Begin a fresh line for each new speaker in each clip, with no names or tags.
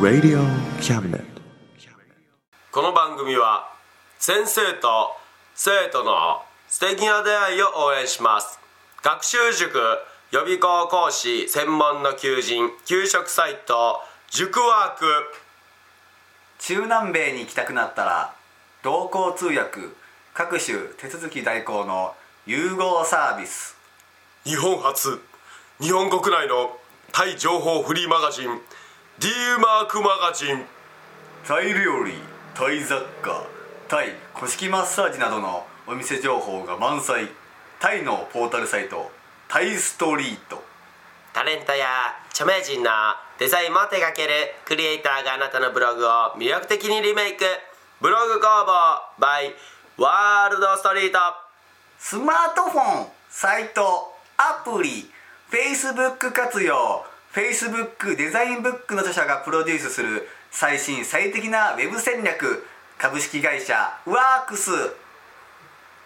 Radio Cabinet.
この番組は先生と生徒の素敵な出会いを応援します学習塾予備校講師専門の求人給食サイト塾ワーク
中南米に行きたくなったら同行通訳各種手続き代行の融合サービス
日本初日本国内のタイ情報フリーマガジン D マークマガジン
タイ料理タイ雑貨タイ古式マッサージなどのお店情報が満載タイのポータルサイトタイストリート
タレントや著名人のデザインも手掛けるクリエイターがあなたのブログを魅力的にリメイクブログ工房 by ワールドストリート
スマートフォンサイトアプリ Facebook 活用 Facebook デザインブックの著者がプロデュースする最新最適なウェブ戦略株式会社ワークス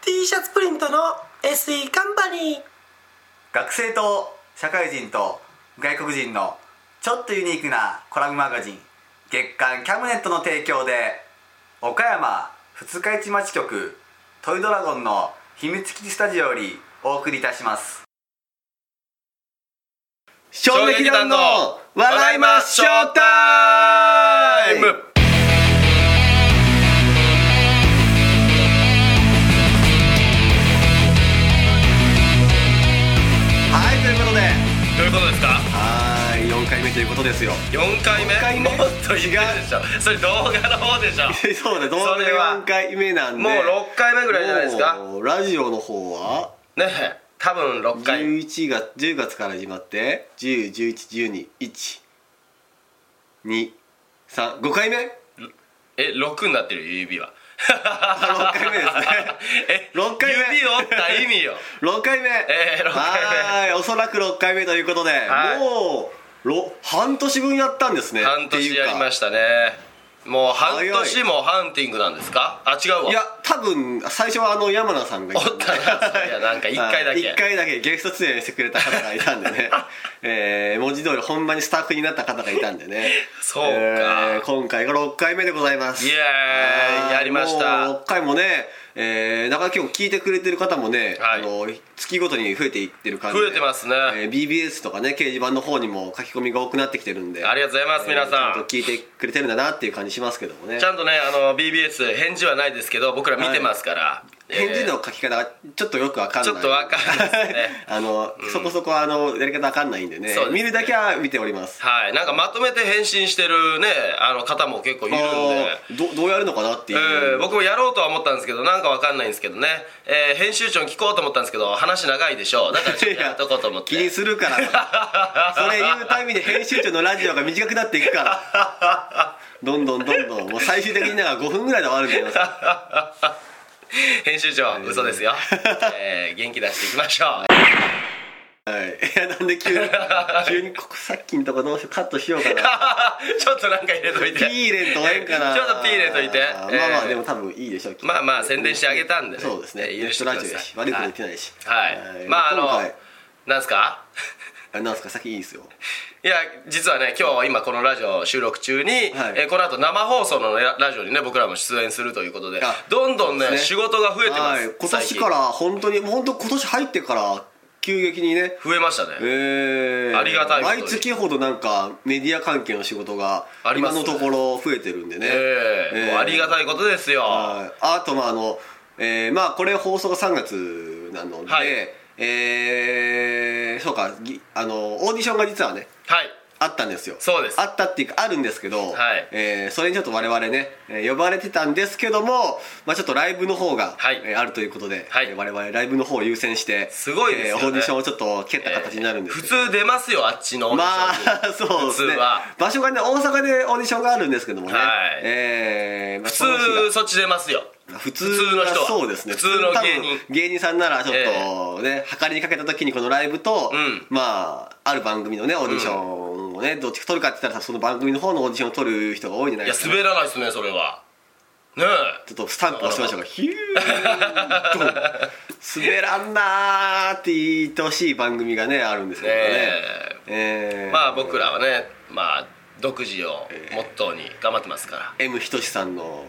T シャツプリントの SE カンパニー
学生と社会人と外国人のちょっとユニークなコラムマガジン月刊キャムネットの提供で岡山二日市町局トイドラゴンの秘密基地スタジオよりお送りいたします衝
撃弾の
笑いましょう
タ
イムはいということで
どういうことですか
はーい4回目ということですよ
?4 回目
四回目
もっと言ってるでしょそれ動画の方 でしょ
そうだ動画
それは
4回目なんで
もう6回目ぐらいじゃないですか
もうラジオの方は
ねえ多分6回
11月10月から始まって1011121235回目
え6になってるよ指は
あ六回目ですね
え
六回目
指折った意 味よ
6回目
えー六回目
はーいおそらく6回目ということで、
はい
もうろ半年分やったんですね
半
って
年
いうか
やりましたねもう半
早い
年もハンティングなんですかあ違うわ
いや多分最初はあの山名さんがい
おったなそういやなんか一回だけ
1回だけゲスト出演してくれた方がいたんで ね、えー文字通りほんまにスタッフになった方がいたんでね
そうか
今回が6回目でございます
イエーイ
はい
やりました
もう6回もね、えー、なかなか今日聞いてくれてる方もね、
はい
あの月ごとに増えていってる感じで
増えてますね
えー BBS とかね掲示板の方にも書き込みが多くなってきてるんで
ありがとうございます皆さ
えーちゃん
ん
と聞いてくれてるんだなっていう感じしますけどもね
ちゃんとねあの BBS 返事はないですけど僕ら見てますから
返事の書き方がちょっとよくわかんない
ちょっとわかんないですね
あの、そこそこあのやり方わかんないんでね
そうですね
見るだけは見ております
はい、なんかまとめて返信してるねあの方も結構いるんで、
あーどどうやるのかなっていう、
えー僕もやろうとは思ったんですけどなんかわかんないんですけどね、えー編集長に聞こうと思ったんですけど話長いでしょうだからちょっとやっとこうと思って
気にするからそれ言うたびに編集長のラジオが短くなっていくからどんどんどんどんもう最終的になんか5分ぐらいで終わるんじゃないですか
編集長、嘘ですよ、えー元気出していきましょう、
はい、いやなんで急に急にここさっきのとこどうしようカットしようかな
ちょっとなんか入れ といて
ピー入れんとええんかな
ちょっとピー入れといて
あーまあまあ
えー
でも多分いいでしょうきっと
まあまあ宣伝してあげたんでね
そうですね
えー
ネ
許
ッ
して
ト
くだ
ラ
さい
ジオやし悪いこと言ってないし
はい、
はい
まああの
今回
なんですか
あなんすか先いいですよ
いや実はね今日今このラジオ収録中に、
はい
えーこの後生放送のねラジオにね僕らも出演するということで
あ
どんどんね
そうですね
仕事が増えてま
は
す、
い今
最
年
近
から本当にもう本当今年入ってから急激にね
増えましたね、
えー、
ありがたいことに
毎月ほどなんかメディア関係の仕事が
ありま
今
すね
のところ増えてるんでね、
ええ
ええ
もうありがたいことですよ。
はいあとまああの、えーまあこれ放送が3月なので、
はい
えーそうかぎあのオーディションが実はね
はい、
あったんですよ
そうです
あったっていうかあるんですけど、
はい
えーそれにちょっと我々ね、えー呼ばれてたんですけども、まあ、ちょっとライブの方が、
はい
えーあるということで、
はい
えー我々ライブの方を優先して
すごいですよね
えーオーディションをちょっと蹴った形になるんです
普
けど、
通出ますよあっちのオーデ
ま
ィションに
あそうです
普
ね
通は
場所がね大阪でオーディションがあるんですけどもね、
はい
えーまあ
普
その日が
通そっち出ますよ。
普通
普通の人は
そうですね
普通の芸人
多分芸人さんならちょっとねはかりにかけた時にこのライブと、
うん
まあある番組のねオーディションをね、どっち取るかって言ったらその番組の方のオーディションを取る人が多いんじゃない
い
で
や
すか、
滑らないですねそれは。ね
ちょっとスタンプ押してましたからヒュー滑らんなーって言ってほしい番組がねあるんですけどねえー
まあ僕らはねまあ独自をモットーに頑張ってますから
M ひとしさんの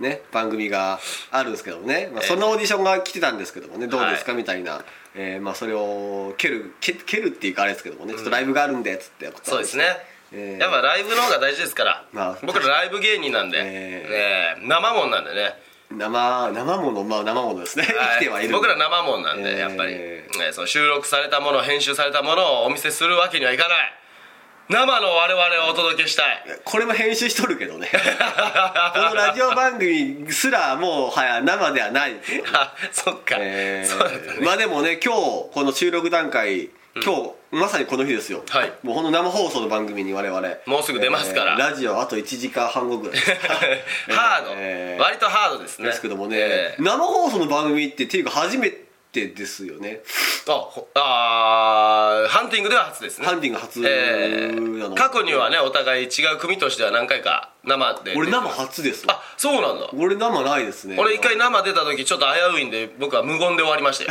ね番組があるんですけどもね、まあ、そのオーディションが来てたんですけどもね、どうですかみたいな、えーまあ、それを蹴る蹴蹴るっていうかあれですけどもねちょっとライブがあるんでっつって
そうですね
えー
やっぱライブの方が大事ですから、
まあ
僕らライブ芸人なんで、
え
ね生もんなんでね
生生ものまあ生ものですね生きてはいる
僕ら生もんなんで、
えー
やっぱり、ねその収録されたもの編集されたものをお見せするわけにはいかない生の我々をお届けしたい
これも編集しとるけどねこのラジオ番組すらもうはや生ではないですよね
あそっか、
えー
そうだったね
まあでもね今日この収録段階今日まさにこの日ですよ、
はい
もうこの生放送の番組に我々
もうすぐ出ますから
えーラジオあと1時間半後ぐらいです
ハード、
えー
割とハードですね
ですけどもね、
えー
生放送の番組ってっていうか初めてですよね
あほあーハンティングでは初ですね
ハンディング初なの、
えー過去にはねお互い違う組としては何回か生で
俺生初ですわ
あそうなんだ
俺生ないですね
俺一回生出た時ちょっと危ういんで僕は無言で終わり ましたよ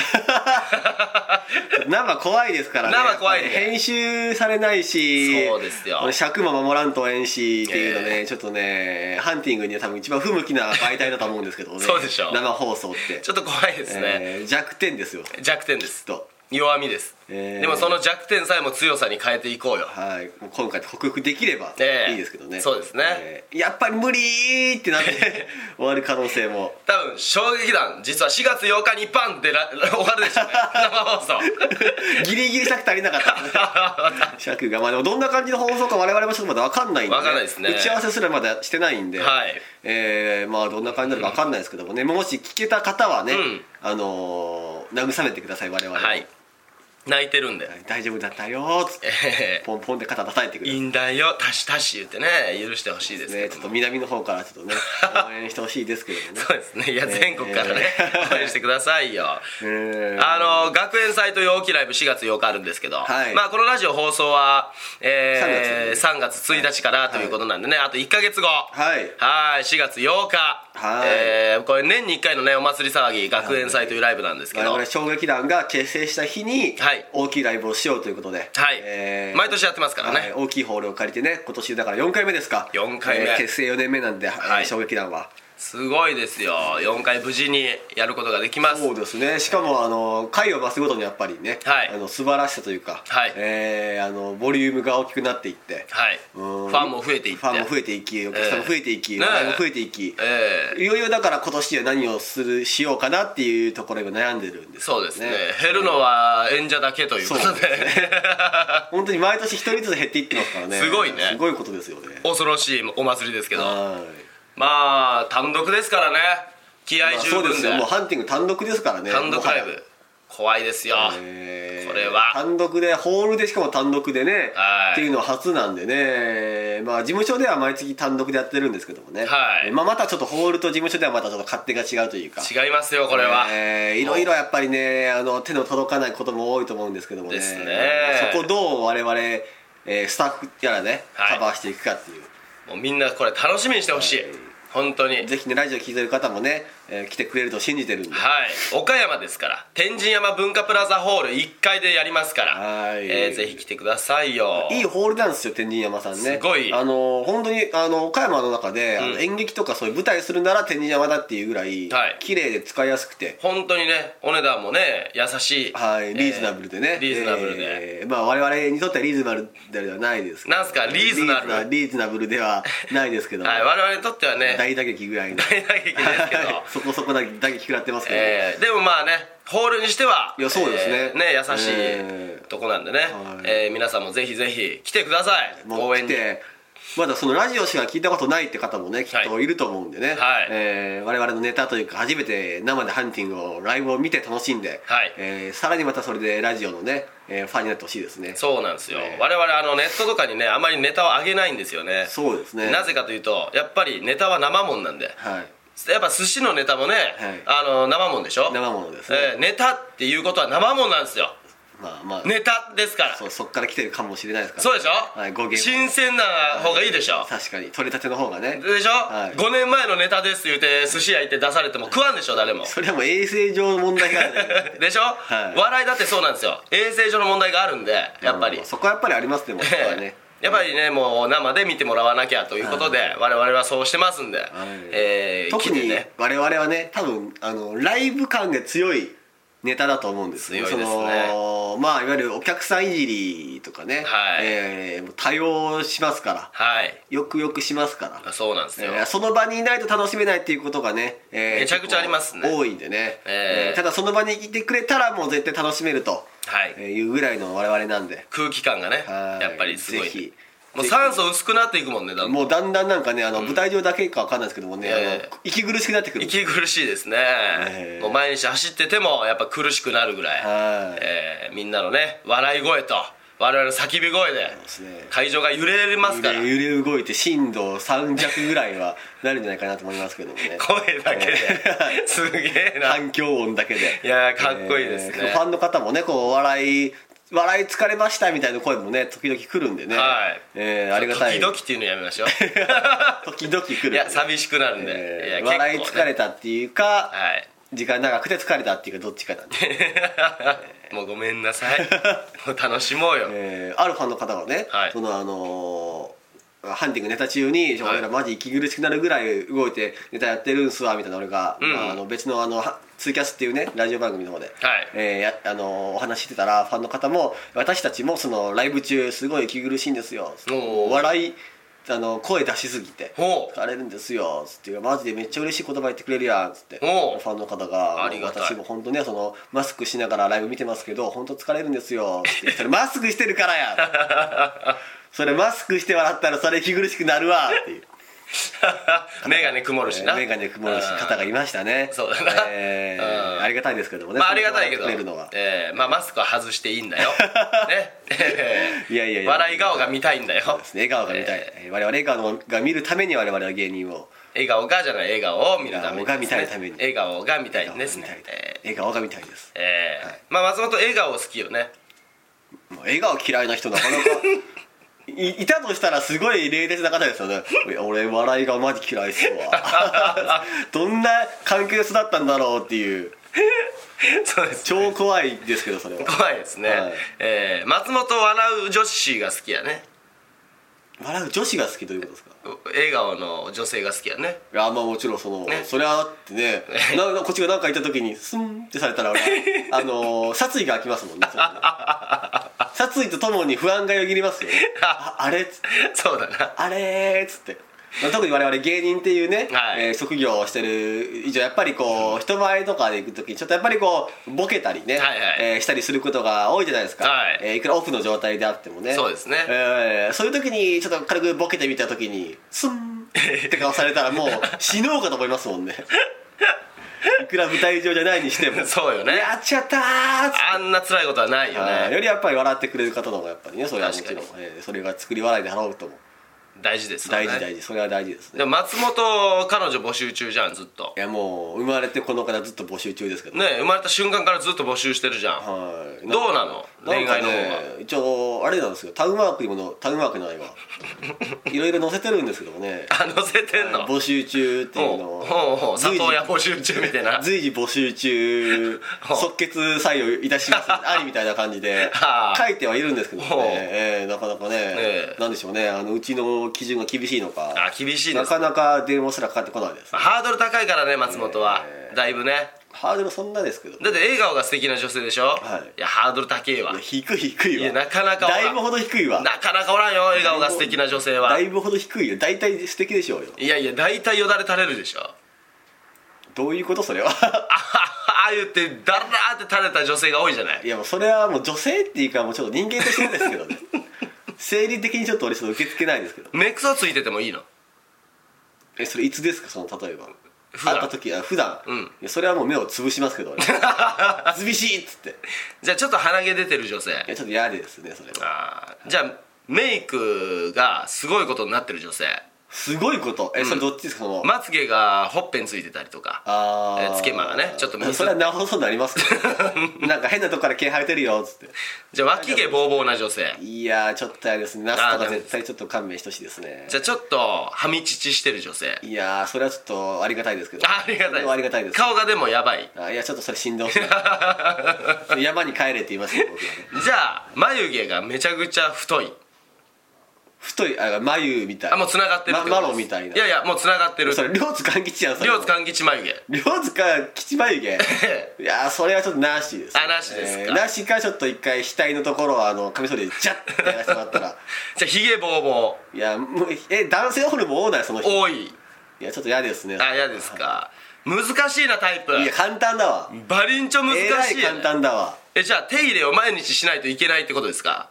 生怖いですからね
生怖いね
やっぱり編集されないし
そうですよ
尺も守らんとえんしっていうのね、
え
ちょっとねハンティングには多分一番不向きな媒体だと思うんですけどね
そうでしょう
生放送って
ちょっと怖いですね、
えー弱点ですよきっ
弱点です
と
弱みです、
えー
でもその弱点さえも強さに変えていこうよ
はいもう今回克服できれば
ええ
いいですけどね、
そうですね
えーやっぱり無理ーってなって 終わる可能性も
多分衝撃弾実は4月8日にバンってら 終わるでしょうね生 放送
ギリギリ尺足りなかったですね 尺がまあでもどんな感じの放送か我々もちょっとまだ分かんないんで、
わかんないですね
打ち合わせすらまだしてないんで、
はい
えーまあどんな感じになるか分かんないですけどもねもし聞けた方はね、
うん
あのー慰めてください我々も
はい泣いてるんで、
大丈夫だったよーっつって
え
ポンポンで肩叩いてく
ー
れ
いい
る
んだよたしたし言ってね許してほしいですけ
ね
ど
ちょっ
も
と南の方からちょっと ね応援してほしいですけどもね
そうですねいや全国からね、
えー
応援してくださいよ
えー
あの学園祭と陽気ライブ4月8日あるんですけど、
はい
まあ、このラジオ放送は、えー、3,
3
月1日からということなんでね、あと1か月後は
はい
い4月8日
はい
えーこれ年に1回のねお祭り騒ぎ学園祭というライブなんですけ
我
ど、は
々
い
衝撃団が結成した日に
はい
大きいライブをしようということで、えー
毎年やってますから
はい
ね、
大きいホールを借りてね今年だから4回目ですか
4回目
結成4年目なんで、
はい
衝撃団は
すごいですよ4回無事にやることができます
そうですねしかもあの回を増すごとにやっぱりね、
はい
あの素晴らしさというか、
はい
えーあのボリュームが大きくなっていって、
はいフ
うん
ァンも増えていって
ファンも増えていきお客さんも増えていき、
ええ
話題も増えていき、
えー
いよいよだから今年は何をするしようかなっていうところ今悩んでるんですけ
そ
ど
うですね減るのは演者だけということ
そ
で
うです本当に毎年一人ずつ減っていってますからね
すごいね
すごいことですよね
恐ろしいお祭りですけど
はい
まあ単独ですからね気合
まあ
十
そうで
分
す
で,、
よもうハンティング単独ですからね
単独ライ
もは
ブ怖いですよ、
やえー
これは
単独でホールでしかも単独でね
はい
っていうのは初なんでねまあ事務所では毎月単独でやってるんですけどもね、
はい
まあ、またちょっとホールと事務所ではまたちょっと勝手が違うというか
違いますよこれは、
えーいろいろやっぱりねあの手の届かないことも多いと思うんですけどもね
ですね
そこどう我々、えースタッフやらね
はい
カバーしていくかっていう、
もうみんなこれ楽しみにしてほしい、本当には い
ぜひねラジオ聞いてる方もね、えー来てくれると信じてるんで
岡山ですから天神山文化プラザホール1階でやりますから、
はい
えーぜひ来てくださいよ
いいホールなんですよ天神山さんね
すごい
あの本当にあの岡山の中で、あの演劇とかそういう舞台するなら天神山だっていうぐらい、
はい
綺麗で使いやすくて
本当にねお値段もね優しい、
はいリーズナブルでね、
えーリーズナブルで、
えーまあ我々にとってはリーズナブルではないですけど
なんすかリーズナブル
リーズナリーズナブルではないですけど、
はい、我々にとってはね
大打撃ぐらいの
大打撃ですけど、
はい そこそこな打撃食らってますけど、
えーでもまあねホールにしてはい
やそうですね
えーね優しい、
えー
とこなんでね、
はい
えー皆さんもぜひぜひ来てください
も
応
う
援
来
に
てまだそのラジオしか聞いたことないって方もねきっといると思うんでね、
はい
えー我々のネタというか初めて生でハンティングをライブを見て楽しんで、
はい
えーさらにまたそれでラジオのね、えーファンになってほしいですね
そうなんですよ、
えー
我々あのネットとかにねあまりネタを上げないんですよね
そうですね
なぜかというとやっぱりネタは生もんなんで
はい
やっぱ寿司のネタもね、
い
あの生もんでしょ
生ものですね、
えーネタっていうことは生もんなんですよ
まあまあ、
ネタですから
そうそっから来てるかもしれないですから
そうでしょ、
はい語源
新鮮な方がいいでしょ、
確かに取れたての方がね
でしょ、
はい
5年前のネタです言うて寿司屋行って出されても食わんでしょ誰も
それはもう衛生上の問題があるだけだって
でしょ、
はい
笑いだってそうなんですよ衛生上の問題があるんで やっぱり、
うんそこはやっぱりありますねもうそこはね
やっぱりねもう生で見てもらわなきゃということで、我々はそうしてますんで、えー
特
来て
に
ね
我々はね多分あのライブ感が強いネタだと思うんですよ
強いですね
そのまあいわゆるお客さんいじりとかね、
はい
えーもう多用しますから
はい
よくよくしますから
そうなんですよ、
えーその場にいないと楽しめないっていうことがね、えー
めちゃくちゃありますね
結構多いんでね、
えー
えーただその場にいてくれたらもう絶対楽しめると
はい
えーいうぐらいの我々なんで、
空気感がね
はい
やっぱりすご
ぜ
い、
ひ
もう酸素薄くなっていくもんねだんだん
もうだんだんなんかねあの舞台上だけかわかんないですけどもね、あの
えー
息苦しくなってくる
息苦しいですね、
ええ
もう毎日走っててもやっぱ苦しくなるぐらい、
はい
えーみんなのね笑い声と我々の叫び声で
ですね
会場が揺れますから
揺れ揺れ動いて震度3弱ぐらいはなるんじゃないかなと思いますけどもね
声だけで、
え
すげえな
環境音だけで
いやーかっこいいですね
えーファンの方もねこうお笑い笑い疲れましたみたいな声もね時々来るんでね、
はい
えーありがたい
時々っていうのやめましょう
時々来る
いや寂しくなるんで、いや
えー
結構ね
笑い疲れたっていうか、
はい
時間長くて疲れたっていうかどっちかなんで、
もうごめん なさいもう楽しもうよ、
えー、あるファンの方がね、
はい
そのあのーハンティングネタ中に「
はい
俺らマジ息苦しくなるぐらい動いてネタやってるんすわ」みたいな俺が、
ん
まあ、あの別のあのはツーキャスっていうねラジオ番組の方で、
はい
えーやあのーお話ししてたらファンの方も「私たちもそのライブ中すごい息苦しいんですよ」
おー
笑いあの声出しすぎて
ほ う
疲れるんですよ」つって「マジでめっちゃ嬉しい言葉言ってくれるやん」つってフ
おう
ァンの方が
ありがたい
私も本当ねそのマスクしながらライブ見てますけど本当疲れるんですよって言ってそれマスクしてるからや それマスクして笑ったらそれ息苦しくなるわっていう、
目がね曇るしな、
メガネ曇るし方がいましたね
そうだな
えー
うん
ありがたいですけどもね
まあありがたいけど、
その人が笑ってくれる
えーまあマスクは外していいん
。
だよ。ね
いやいやいや
笑い顔が見たいんだ
の
よ。
はそうですね笑顔が見たい、
え
我々笑顔が見るために我々は芸人を
ー笑顔がじゃない笑顔を見るためにです
笑顔
ね、
が見たいために
笑顔が見たい
笑
ん
顔が見たい
ですね。えー
笑顔が見たいです
えー
はい
まあ松本笑顔好きよね。
もう笑顔嫌いな人なかなかいいたとしたらすごい冷徹な方ですよねいや俺笑いがマジ嫌いっすわどんな環境で育ったんだろうっていう
そうです。
超怖いですけどそれは
怖いですね。
はい
えー松本笑う女子が好きやね。
笑う女子が好きということですか
笑顔の女性が好きやね。
いやまあもちろんその、
ね
それはだってねななこっちが何か言った時にスンってされたら俺あのー殺意が開きますもんねそれね殺意とともに不安がよぎりますよねああれっつって
そうだな。
あれーっつって、まあ、特に我々芸人っていうね、
はい
えー職業をしてる以上やっぱりこう人前とかで行く時にちょっとやっぱりこうボケたりね、
はいはい
えーしたりすることが多いじゃないですか、
はい
えーいくらオフの状態であってもね
そうですね
えーそういう時にちょっと軽くボケてみた時にスンって顔されたらもう死のうかと思いますもん ねいくら舞台上じゃないにしても
そうよね
やっちゃったーっつって
あんな辛いことはないよ
はいよ
ね。
りやっぱり笑ってくれる方の方がやっぱりねそれはもちろん、
確
えーそれが作り笑いで払うとも
大事ですよね。
大事大事それは大事ですね
でも松本彼女募集中じゃんずっと。
いやもう生まれてこの方ずっと募集中ですけど
ね生まれた瞬間からずっと募集してるじゃん、
はい
どうなの
なん
恋
か
愛
ね
の方
一応あれなんですよタウンワークにものタウンワークの愛は いろいろ載せてるんですけどもね
があ載せてんの、
募集中っていうの
ほう
を
ほうほう
随
里
時
親募集中みた いな
随時募集中
ほう
即決採用いたします ありみたいな感じで
はあ
書いてはいるんですけども
ほう
ね、えーなかなかね、
ええ
なんでしょうねあのうちの基準が厳しいのか
あ厳しいで
な
すね
かなか電話すらかかってこないです
ハードル高いからね松本は、だいぶね
ハードルそんなですけど
だって笑顔が素敵な女性でしょ、
はい
やハードル高えわ
いや
な
低い低いわ
いやなかなか
だいぶほど低いわ
かなかおらんよ笑顔が素敵な女性は
だいぶほど低いよ大体素敵でしょうよ
いやいや大体よだれ垂れるでしょ
どういうことそれは
あはは言ってだらーって垂れた女性が多いじゃない
いやもうそれはもう女性っていうかもうちょっと人間としてですけどね 生理的にちょっと俺それ受け付けないですけど
目くそついててもいいの
えそれいつですかその例えば
普段
会った時は普段、
うん
いやそれはもう目を潰しますけど 俺つびしいっつってい
じゃあちょっと鼻毛出てる女性
やちょっと嫌ですねそれは
あーじゃあメイクがすごいことになってる女性
すごいことえそれどっちですかその、
まつげがほっぺについてたりとか
あ
えーつけまがねちょっと水
それは直そうになります けどなんか変なとこから毛生えてるよっつって
じゃあ脇毛ボーボーな女性
いやーちょっとあれですねナスと
あー
か絶対ちょっと勘弁してほしいですね
じゃあちょっとはみ乳してる女性
いやーそれはちょっとありがたいですけど
ありがた
それ
い
はありがたいです
顔がでもやばい
あいやちょっとそれ振 動して山に帰れって言いますよ僕はね
じゃあ眉毛がめちゃくちゃ太い
太いあ眉みたい
あもうつながってるってことです
まマロみたいない
やいやもうつながってる
それ両津勘吉やんそれ
両津勘吉眉毛
両津か吉眉毛いやーそれはちょっとなしです
あなしですか
なしかちょっと一回額のところをあのカミソリでジャッてやらせてもらったら
じゃあひげボーボー
いやもうえ男性ホルモン多ないその人
多い
いやちょっと嫌ですね
あ嫌ですか難しいなタイプ
いや簡単だわ
バリンチョ難
えらい
しいよね
簡単だわ
えじゃあ手入れを毎日しないといけないってことですか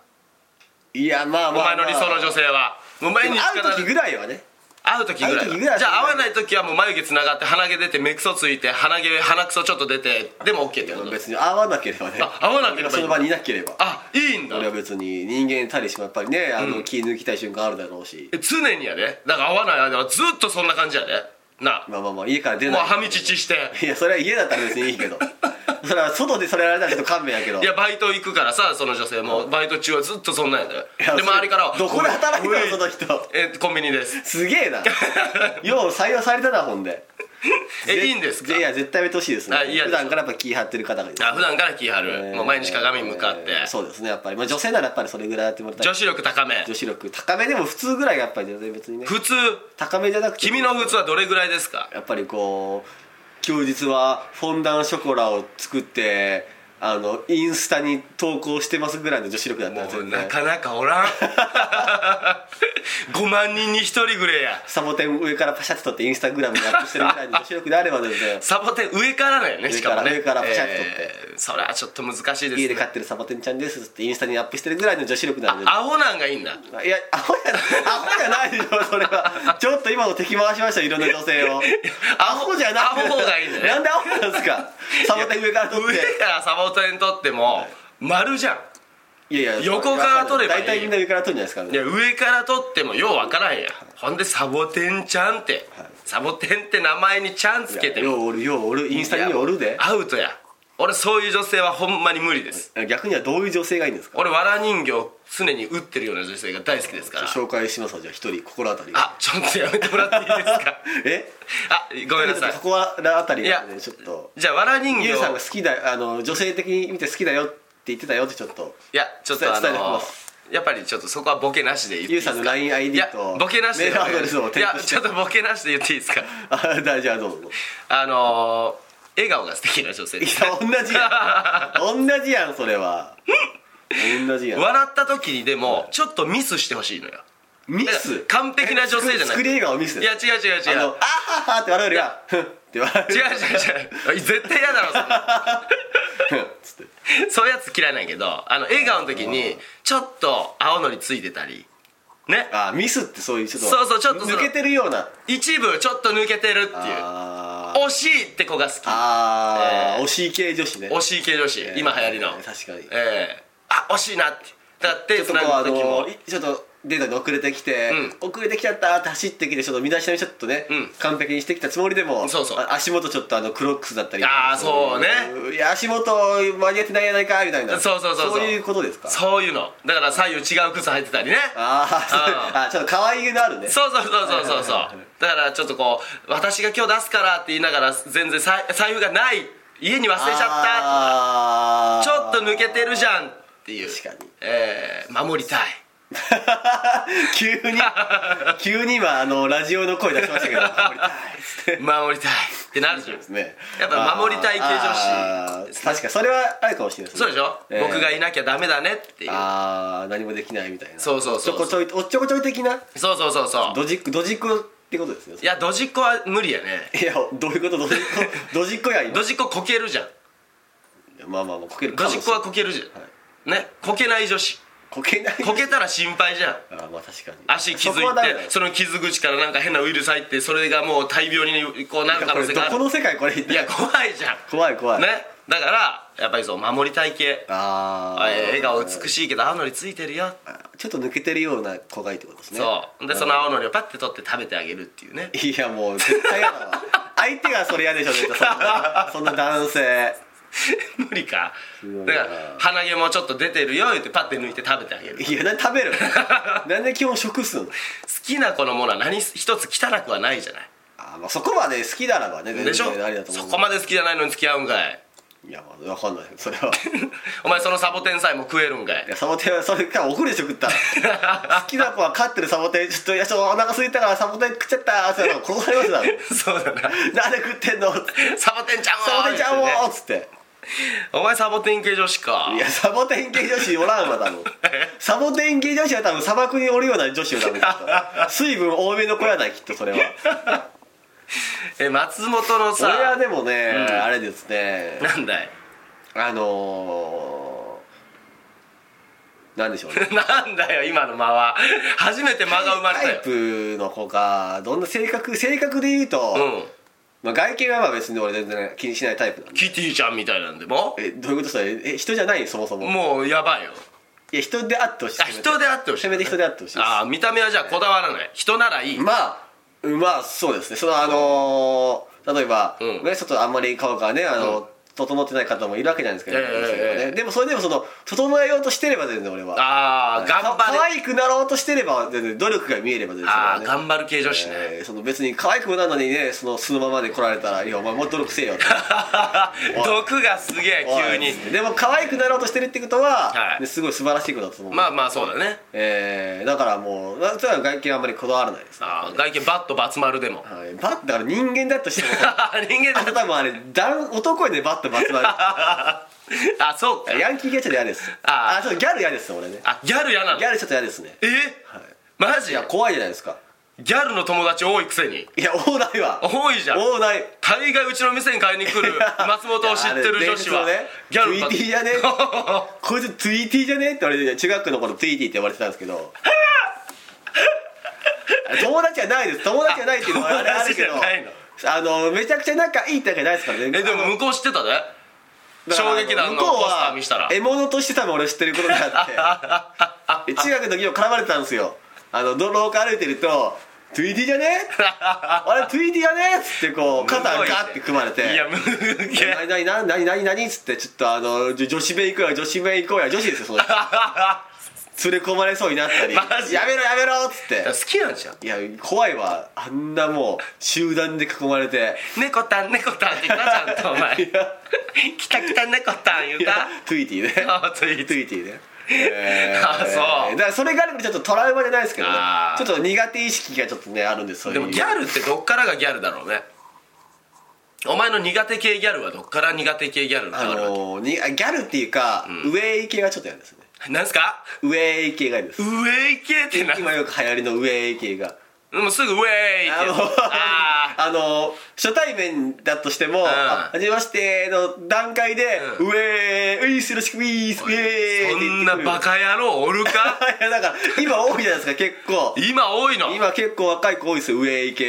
いやまあ
お
まあ、ま
前
あ、
の理想の女性はもう毎
でも
日
会う時ぐらいはね
会う時ぐらい
会う時ぐらい
は
は
じゃあ会わない時はもう眉毛つながって鼻毛出て目くそついて鼻毛鼻くそちょっと出てでも OK ってこと
別に会わなければね
あ会わなければいい
その場にいなければ
あいいんだ
俺は別に人間たりしてもやっぱりねあの気抜きたい瞬間あるだろうし、
え常にやでだから会わない間はずっとそんな感じやでなあ
まあまあまあ家から出
もう
ない
はみ乳して
いやそれは家だったら別にいい けどそれは外でそれやられたらちょっと勘弁やけど
いやバイト行くからさその女性もバイト中はずっとそんなんやで
いや
で周りからは
どこで働いて
おい
るのその人
えコンビニです
す げえなよう採用されたなほんで
えいいんですか
いや絶対やめてほしいですね
あいや
普段からやっぱ気張ってる方がいいです
あ普段から気張る、
えー
もう毎日鏡に向かって、
えーそうですねやっぱり、まあ、女性ならやっぱりそれぐらいやってもらいたい
女子力高め
女子力高めでも普通ぐらいがやっぱり全然別にね
普通
高めじゃなくて
君の普通はどれぐらいですか
やっぱりこう休日はフォンダンショコラを作ってあのインスタに投稿してますぐらいの女子力だったら
もう
全
な
然
かなかおらん 5万人に1人ぐらいや
サボテン上からパシャッと撮ってインスタグラムにアップしてるぐらいの女子力であれば全然
サボテン上からだよねしかもね
上から上からパシャッとって
えーそれはちょっと難しいですね
家で飼ってるサボテンちゃんですってインスタにアップしてるぐらいの女子力なんで
あ青なんがいいんだ
いやアホやアホじゃないでしょそれはちょっと今の敵回しましたよいろんな女性をアホじゃない
アホがいいんだよ
なんでアホなんですかサボテン上から撮っ
上
て
からサボテン取っても丸じゃん
いやいや
横から撮ればいい
大体みんな上から撮るんじゃないですか
いや上から取ってもようわからんやほんでサボテンちゃんってサボテンって名前にちゃんつけて
いやようおるようおるインスタにおるで
アウトや俺そういう女性はほんまに無理です
逆にはどういう女性がいいんですか
俺わら人形常に打ってるような女性が大好きですから
紹介しますわじゃあ一人心当たり
あちょっとやめてもらっていいです か
え
あごめんなさい
そこらあたりが
いや
ねちょっと
じゃあわら人形
ゆうさんが好きだあの女性的に見て好きだよって言ってたよってちょっと
いやちょっとあ
伝えておき
の
ます
やっぱりちょっとそこはボケなしで言っていい
ゆ
で
う
すか
さんの LINEID と
いやボケなしで
メールアドレスを
い
提
や
供して
ちょっとボケなしで言っていいですか
あだじゃあどうぞ
あのー、笑顔が素敵な女性
い
です
や同 じやん同じやんそれは同じやん
笑った時にでもちょっとミスしてほしいのよ
ミ
だから
ス
完璧な女性じゃない
作り笑顔ミス
いや違う違う違
あの
う
あははって笑うよりはふんって笑う
違う違う違う絶対嫌だろそんな
ふんっつって
そういうやつ嫌いなんやけどあの笑顔の時にちょっと青のりついてたりね
あミスってそういうちょっと
そうそうちょっとその
抜けてるような
一部ちょっと抜けてるっていう
あー
惜しいって子が好き
あ
え
ー
ー
惜しい系女子ね
惜しい系女子、今流行りの
えー確かに
ええあ惜しいなってだって
ちょ
つ
っと
な
こうあ
ぐ時も
のいちょっとデータで遅れてきて、遅れてきちゃったって走ってきてちょっと身だしなみちょっとね、
ん
完璧にしてきたつもりでも
そうそう
あ足元ちょっとあのクロックスだったり
あーそうね
いや足元間に合ってないやないかみたいな
そうそうそうそう
そういうことですか
そういうのだから左右違う靴履いてたりね
あ
あ
ー あちょっと可愛げのあるね
そうそうそうそうそうそう
はいはいはいはい
だからちょっとこう私が今日出すからって言いながら全然財財布がない家に忘れちゃっ
ゃ
たちょっと抜けてるじゃんっていう
確かに
ええ守りたい
急 に急に今あのラジオの声出しましたけど
守りたいってなるじゃん
ね
やっぱ守りたい系
あ
女
ー
子
確かにそれはあるかもしれないで
そ
すね
うでしょ、
えー
僕がいなきゃダメだねっていう
ああ何もできないみたいな
そうそうそう
おっちょこちょいおっちょこちょい的な
そうそうそうそう
ドジックドジックってことですね
いやドジっ子は無理やね
いやどういうことドジックドジックや今
ドジっ子こけるじゃん
まあまあまあこけるか
ド
もし
ジ
れ
っ子
ない
はこけるじゃん、ねこけない女子
こけない
こけたら心配じゃん
あーまあ確かに
足気づい
そこはダメだ
て
よ
その傷口からなんか変なウイルス入ってそれがもう大病にこうなる可能性があ
これどこ
る
の世界これ
いや怖いじゃん
怖い怖い
ねだからやっぱりそう守りたい系
ああ
えー笑顔美しいけど青のりついてるよ
ちょっと抜けてるような子がいいってことですね
そうでその青のりをパッて取って食べてあげるっていう ね
いやもう絶対嫌だわ相手がそれ嫌でしょ絶対そん なそんな男性
無理か
ごいな
だから鼻毛もちょっと出てるよ言ってパッて抜いて食べてあげる好
いや何食べる なんで基本食すの
きな子のものは何一つ汚くはないじゃない
あーまあそこまで好きならばね
でしょ
ありだと思
そうこまで好きじゃないのに付き合うんかい
いやまあ分かんないそれは
お前そのサボテンさえも食えるんかい
いやサボテンはそれから送るでしょ食ったら好きな子は飼ってるサボテンちょっといやちょっとお腹空いたからサボテン食っちゃったーって言ったら殺さ れますだろ
そうだな
なんで食って んのつって
サボテンちゃん
サボ
は
テンちゃんもーっつって
お前サボテン系女子か
いやサボテン系女子おらんわ多分サボテン系女子は多分砂漠におるような女子を多分きっと水分多めの子やないきっと それは
え松本の
それは
さ
でもね、
うん
あれですね
なんだい
あのー、なんでしょうね
なんだよ今の間は初めて間が生まれた
タイ
よ
プの子かどんな性格性格で言うと、
う
まあ、外見はまあ別に俺全然気にしないタイプなん
ん
で
キティちゃんみたいなんでも
えどういうことそれえ人じゃないそもそも
もうやばいよ
いや人であってほしい
あ人であってほしい
せめて人であってほしいです
ああ見た目はじゃあこだわらない人ならいい
まあうんまあそうですねそのあのー例えば、
うん
ねちょっとあんまり顔がねあの、
うん
整ってない方もいるわけじゃないですか、
ええ
世の中には
え
ね
え
でもそれでもその整えようとしてれば全然俺は
ああ
はい
頑
か可
張る
愛くなろうとしてれば全然努力が見えれば全然
ああ
それはね
頑張る系女子ね
えーその別に可愛くもないのにねその素のままで来られたら「いやお前もう努力せえよ」っておい
毒がすげえ 急に
でも可愛くなろうとしてるってことは、
はい
ねすごい素晴らしいことだと思う、
まあまあそうだね
えーだからもうだから外見はあんまりこだわらないですね
ああ外見バットバツ丸でも
はい、バッだから人間だとしても
人間
あ
だ
と多分あれ男男でバッとバ ツバ
あそうか
ツヤンキーギャルちょっと嫌です
あー
あちょっとギャル嫌です俺ね
あギャルやなの
ギャルちょっと嫌ですね
え
はい
マジ
いや怖いじゃないですか
ギャルの友達多いくせに
いや大台は
多いじゃん
大台
大概うちの店に買いに来 る松本を知ってる女子は
あれ伝
ギャル
説のね
ばっ
ツイティーじゃねこいつツイティーじゃねって言われて中学校の頃ツイティーって呼ばれてたんです けどあれ友達はないです友達はないっていうのはあれあるけど
友達じゃないの
あのめちゃくちゃ仲いいってわけじゃないですからね
えでも向こう知ってたで
だから
衝撃弾の
向こう
ポ
は
スター見したら
獲物として多分俺知ってることがあっ て中学の時にも絡まれてたんですよあのど廊下歩いてると「トゥイティじゃね? 」あれトゥイティじゃね?」っつってこう肩ガッて組まれて
いやむげえ
何何何何何何っつってちょっとあのじょ女子弁行こうや女子弁行こうや女子ですよそ の連れ込まれそうになったり「や
マジ
めろやめろ」っつって
好きなんじゃん
いや怖いわあんなもう集団で囲ま れて
猫たん猫たんって言ったじゃんとお前
いや
きたきた猫たん言う
いや
た
トゥイティね
あツイート
トゥイテ ィねえー
あそう
だからそれがあればちょっとトラウマじゃないですけどね
あー
ちょっと苦手意識がちょっとねあるんですそうい
で
う
もギャルってどっからがギャルだろうねお前の苦手系ギャルはどっから苦手系ギャルに
あ
変わるわけ
のーにあギャルっていうか、上イ系がちょっと嫌ですね
何すか
上イ系が嫌です
ウェイ系って何
今よく流行りの上イ系が
もうすぐウェイって
あの
あー
あの初対面だとしても
ん
「はじめまして」の段階で「
う
ウェーイウィースよろしくウィースウェーイ」
そ
って言
ん
って
な
くる
バカ野郎おる か
いやだから今多いじゃないですか結構
今多いの
今結構若い子多いですよ上イ系
ウ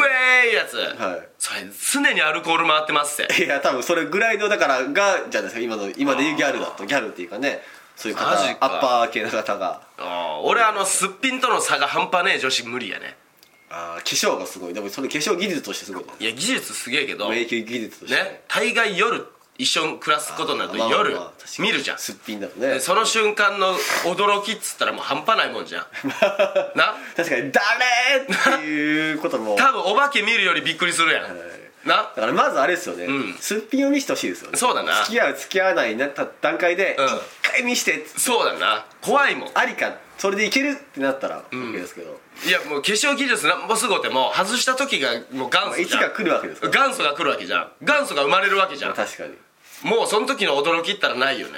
ェイやつ、
はい
それ常にアルコール回ってますって
いや多分それぐらいのだからがじゃないですか今の今でいうギャルだとギャルっていうかねそういう方
マジか
アッパー系の方が
あー俺あのすっぴんとの差が半端ねえ女子無理やね
あー化粧がすごいでもそれ化粧技術としてすごい
いや技術すげえけど
メ
ね
イク技術として
大概夜一緒に暮らすことになると
まあまあまあ
夜
確かに
見るじゃん
すっぴんだとね
で その瞬間の驚きっつったらもう半端ないもんじゃんな
確かに「誰!」っていうこともだ
多分お化け見るよりびっくりするやん、な
からまずあれですよね、
ん
すっぴんを見せてほしいですよね
そうだな
付き合う付き合わないになった段階で
うん
一回見して
そうだな怖いもん
ありかそれでいけるってなったら OK ですけど、
いやもう化粧技術なんぼすごても外した時がもう元
まあ、
祖
いつ
じゃん
か来るわけですから
元祖が来るわけじゃん元祖が生まれるわけじゃん
確かに
もうその時の驚きったらないよね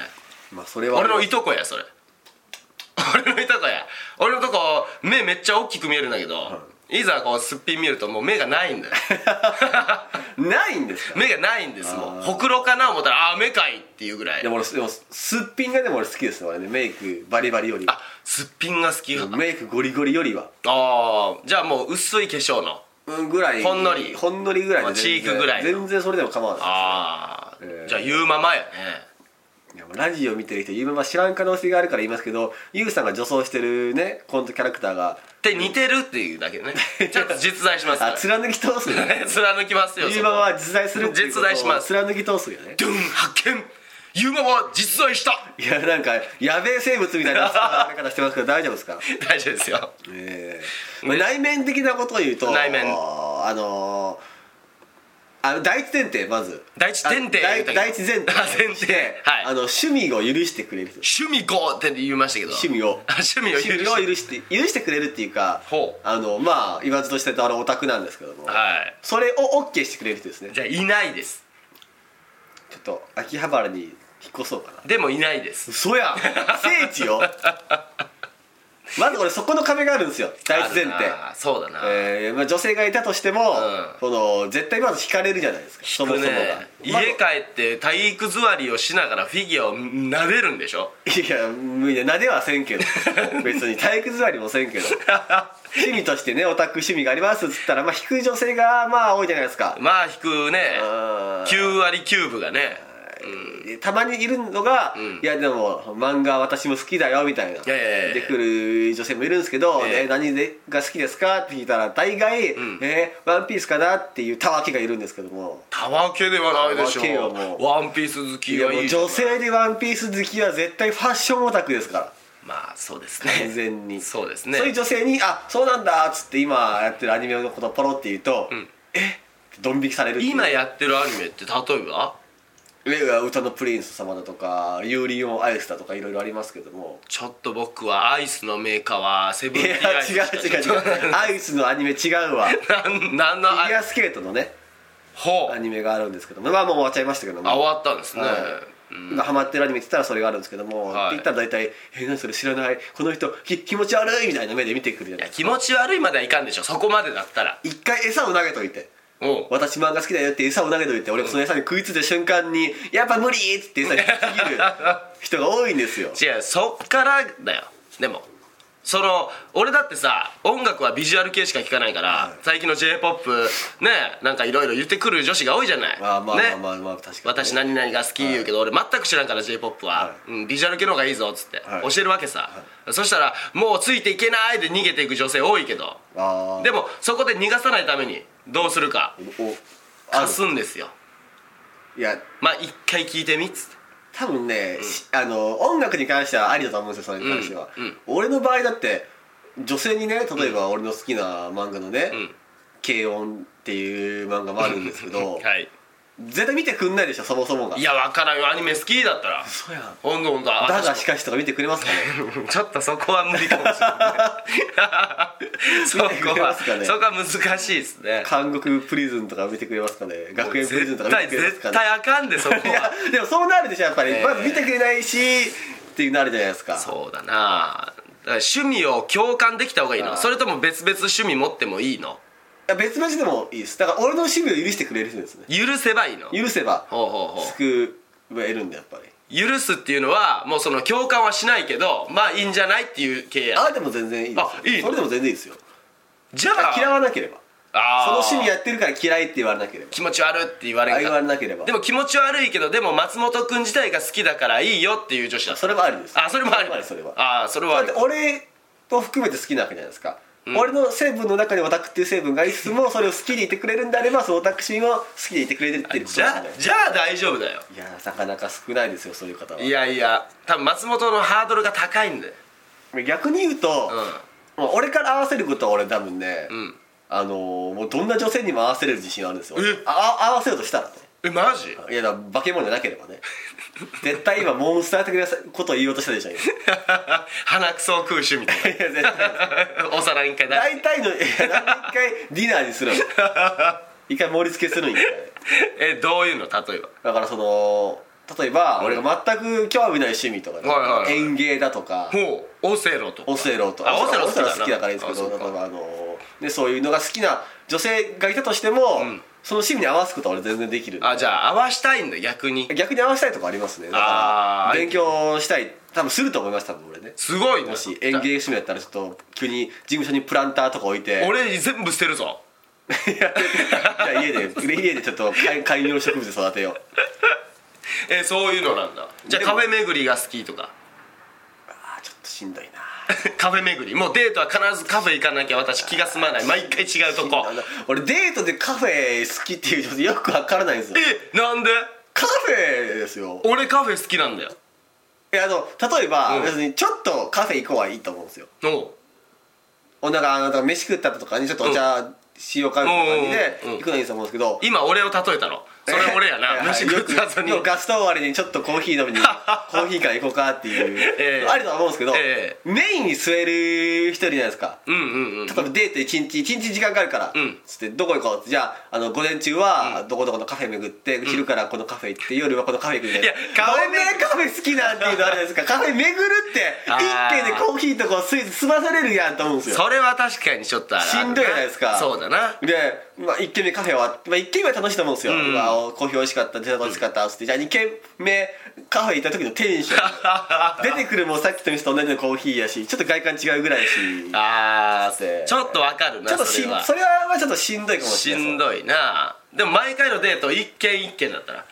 まあそれは
俺のいとこやそれ 俺のいとこや俺のとこ目めっちゃ大きく見えるんだけど、い、ざこうすっぴん見るともう目がないん だよ
ないんですか
目がないんですもうほくろかな思ったらああー目かいっていうぐらい
でも俺でもすっぴんがでも俺好きですね俺ねメイクバリバリより
あすっぴんが好き
メイクゴリゴリよりは、
ああじゃあもう薄い化粧の
うん、ぐらい
ほんのり
ほんのりぐらい
まあ
で全然
チークぐらいの
全然それでも構わない
ああ
えー
じゃあ言うままやね
いやもうラジオ見てる人ゆうまま知らん可能性があるから言いますけどゆうさんが女装してるねコントキャラクターが
で似てるっていうだけで ねちょっと実在しますか
あ
ら
貫き通すよね
貫きますよ
ゆ
そうこ
まま
は
は実在するっていうこと
実
を
在します
貫き通すよね
ドゥン発見ユーマは実在した
いやなんかやべえ生物みた いな扱い方してますけど大丈夫ですか
大丈夫ですよ
ええまあ、内面的なことを言うと
内面
あのー、あの第一前提まず
第一前提
あ第第一前提
あ前提 はい
あの趣味を許してくれる人
趣味こうって言いましたけど
趣味を
あ趣味を許して
趣味を許して許してくれるっていうか
ほう
あのまあ言わずとしてたあれオタクなんですけども、
はい
それを OK してくれる人ですねち
じ
ょ
ゃあいないです
っと秋葉原に引っ越そうかな
でもいないです
嘘やん聖地よまず俺そこの壁があるんですよ第一前提
あるなそうだな、
えーまあ、女性がいたとしても、
ん
この絶対まず惹かれるじゃないですかそもそもが、
ね
まあ
家帰って体育座りをしながらフィギュアを撫でるんでしょ
いや無理だなではせんけど別に体育座りもせ んけど趣味としてねオタク趣味がありますっつったら、まあ、引く女性がまあ多いじゃないですか、
まあ引くね
あー
9割9分がね
たまにいるのが、いやでも漫画私も好きだよみたいな、
いやいやいや
でくる女性もいるんですけど
え
「
え
え何でが好きですか?」って聞いたら大概「えーワンピースかな?」っていうたわけがいるんですけども。
たわけではないでしょ
たわけよもう
ワンピース好き
いや
は
も
いういじゃない
女性でワンピース好きは絶対ファッションオタクですから
まあそうですね
完全に
そうですね
そういう女性に「あそうなんだ」っつって今やってるアニメのことをポロって言うと「えっ?」ドン引きされるっていう
今やってるアニメって例えば
上が歌のプリンス様だとかユーリオンアイスだとかいろいろありますけども
ちょっと僕はアイスのメーカーはセブ
い
ン
や
ティーアイス
違う違う違うアイスのアニメ違う わフ
うなんの
ィ
ア
ギ
イ
ュアスケートのね
ほ
ア
う
ニメがあるんですけどもまあもう終わっちゃいましたけども
あ終わったんですね、
はい今ハマってるアニメって言ったらそれがあるんですけども、
はい
って言ったら大体「え何それ知らないこの人き気持ち悪い」みたいな目で見てくるじゃない
気持ち悪いまではいかんでしょそこまでだったら
一回餌を投げといて
おう
私漫画好きだよって餌を投げといて俺もその餌に食いついた瞬間に 「やっぱ無理!」っつって餌に食いちぎる人が多いんで すよ
違うそっからだよでもその俺だってさ音楽はビジュアル系しか聴かないから、最近の j p o p ねなんかいろいろ言ってくる女子が多いじゃない
まあまあまあまあ
ね
まあ確かに
私何々が好き言うけど、俺全く知らんから j p o p は、
は
うん、ビジュアル系の方がいいぞっつって、
はい
教えるわけさ、そしたらもうついていけないで逃げていく女性多いけど
あー
でもそこで逃がさないためにどうするか
おあ
貸すんですよ
いや
まあ一回聞いてみっつって
多分ね、しあの音楽に関してはありだと思うんですよそれに関しては、
うんうん
俺の場合だって女性にね例えば俺の好きな漫画のね
ん
「軽、音」っていう漫画もあるんですけど、
はい
絶対見てくんないでしょそもそもが
いや分からんよアニメ好きだったら
そうやん
ほんとほんと
だがしかしとか見てくれますかね
ちょっとそこは無理かもしれない そこは、そこは難しいですね
監獄プリズンとか見てくれますかね学園プリズンとか見てくれますか
絶
ね
対あかんでそこ
いや
は
でもそうなるでしょやっぱり、
ええ
まず見てくれないしっていうなるじゃないですか
そうだなだから趣味を共感できた方がいいのそれとも別々趣味持ってもいいの
いや別々でもいいですだから俺の趣味を許してくれる人ですね
許せばいいの
許せば
ほうほうほう
救えるんだやっぱり
許すっていうのはもうその共感はしないけどまあいいんじゃないっていう契約
あでも全然いいですよ
あいいの
それでも全然いいですよ
じゃあ
嫌わなければそ
あ
の
ー
趣味やってるから嫌いって言われなければ
気持ち悪いって言われ
あ
る
言われなければ
でも気持ち悪いけどでも松本君自体が好きだからいいよっていう女子だった
それはありです
あそれもあり
それはあり
あーそれは
だ
あ
っ
り
て俺と含めて好きなわけじゃないですか、俺の成分の中にオタクっていう成分がいつもそれを好きでいてくれるんであればそのオタク趣味も好きでいてくれるっていうこと
じ
なん
ゃ
で
あじゃあ大丈夫だよ
いやーなかなか少ないですよそういう方はい
やいや多分松本のハードルが高いんだよ
逆に言うと、もう俺から合わせることは俺多分ね、
ん
あのーもうどんな女性にも合わせれる自信あるんですよ
え
あ合わせようとしたらね
えマジ
いやだから化け物じゃなければね 絶対今モンスター的なことを言おうとしたでしょ 今い
鼻くそを食う趣味だよ
や絶対
お皿一回出して
大体のいや何回ディナーにするの 一回盛り付けするんや
えどういうの例えば
だからその例えば俺が全く興味ない趣味とかね、
はいはいはい
園芸だとか
ほうオセロとか
オセロと
あオセロ
オ
好きだな
好きだからいいんですけ
あ
ど
そうか
例えばあのでそういうのが好きな女性がいたとしても、その趣味に合わすことは俺全然できるんで
あじゃあ合わしたいんだ逆に
逆に合わせたいとこありますねだ
あ
から
ー
勉強したい多分すると思います多分俺ね
すごいね
もし園芸趣味だったらちょっと急に事務所にプランターとか置いて
俺全部捨てるぞ
いや家で家でちょっと観観葉植物育てよう
えーそういうのなんだじゃあ
でも
カフェ巡りが好きとか
あーちょっとしんどいな
カフェ巡りもうデートは必ずカフェ行かなきゃ私気が済まない毎回違 うとこ
あの俺デートでカフェ好きっていう人よくわからないんですよ
えなんで
カフェですよ
俺カフェ好きなんだよ
いやあの例えば、
うん
別にちょっとカフェ行こうはいいと思うんですよ
おう
おなんかあのだから飯食った後とかにちょっとお茶しようかみたいな感じで
うんうんうんうん
行くのいいと思うんですけど
今俺を例えたろそれ俺や
え
な
ー
飯食った後に
よくガスト終わりにちょっとコーヒー飲 みにコーヒーから行こうかっていう、
ええ
あるとは思うんですけど、
え
メインに座える人いるじゃないですか
うんうんうん
例えばデート1日1日時間があるから、
うん
つってどこ行こうってじゃああの午前中はどこどこのカフェ巡って、昼からこのカフェ行って夜はこのカフェ行くみたいない
やカフェ
どんなカフェ好きなんていうのあるじゃないで すかカフェ巡るって
あ
一
ー
軒でコーヒーとこうスイーツ済まされるやんと思うんですよ
それは確かにちょっとある
しんどいじゃないですか
そうだな
で、まあ、1軒目カフェ終わって、まあ、1軒目は楽しいと思うんですよ、
ん
うわおコーヒー美味しかったデザート美味しかったっつってじゃあ2軒目カフェ行った時のテンショ ン出てくるもうさっきと人と同じようなコーヒーやしちょっと外観違うぐらいやし
あー
せー
ちょっとわかるな
ちょっと
そ
しん
れ
それ
は
はちょっとしんどいかもし
し
れない
んどいなでも毎回のデート一軒一軒だったら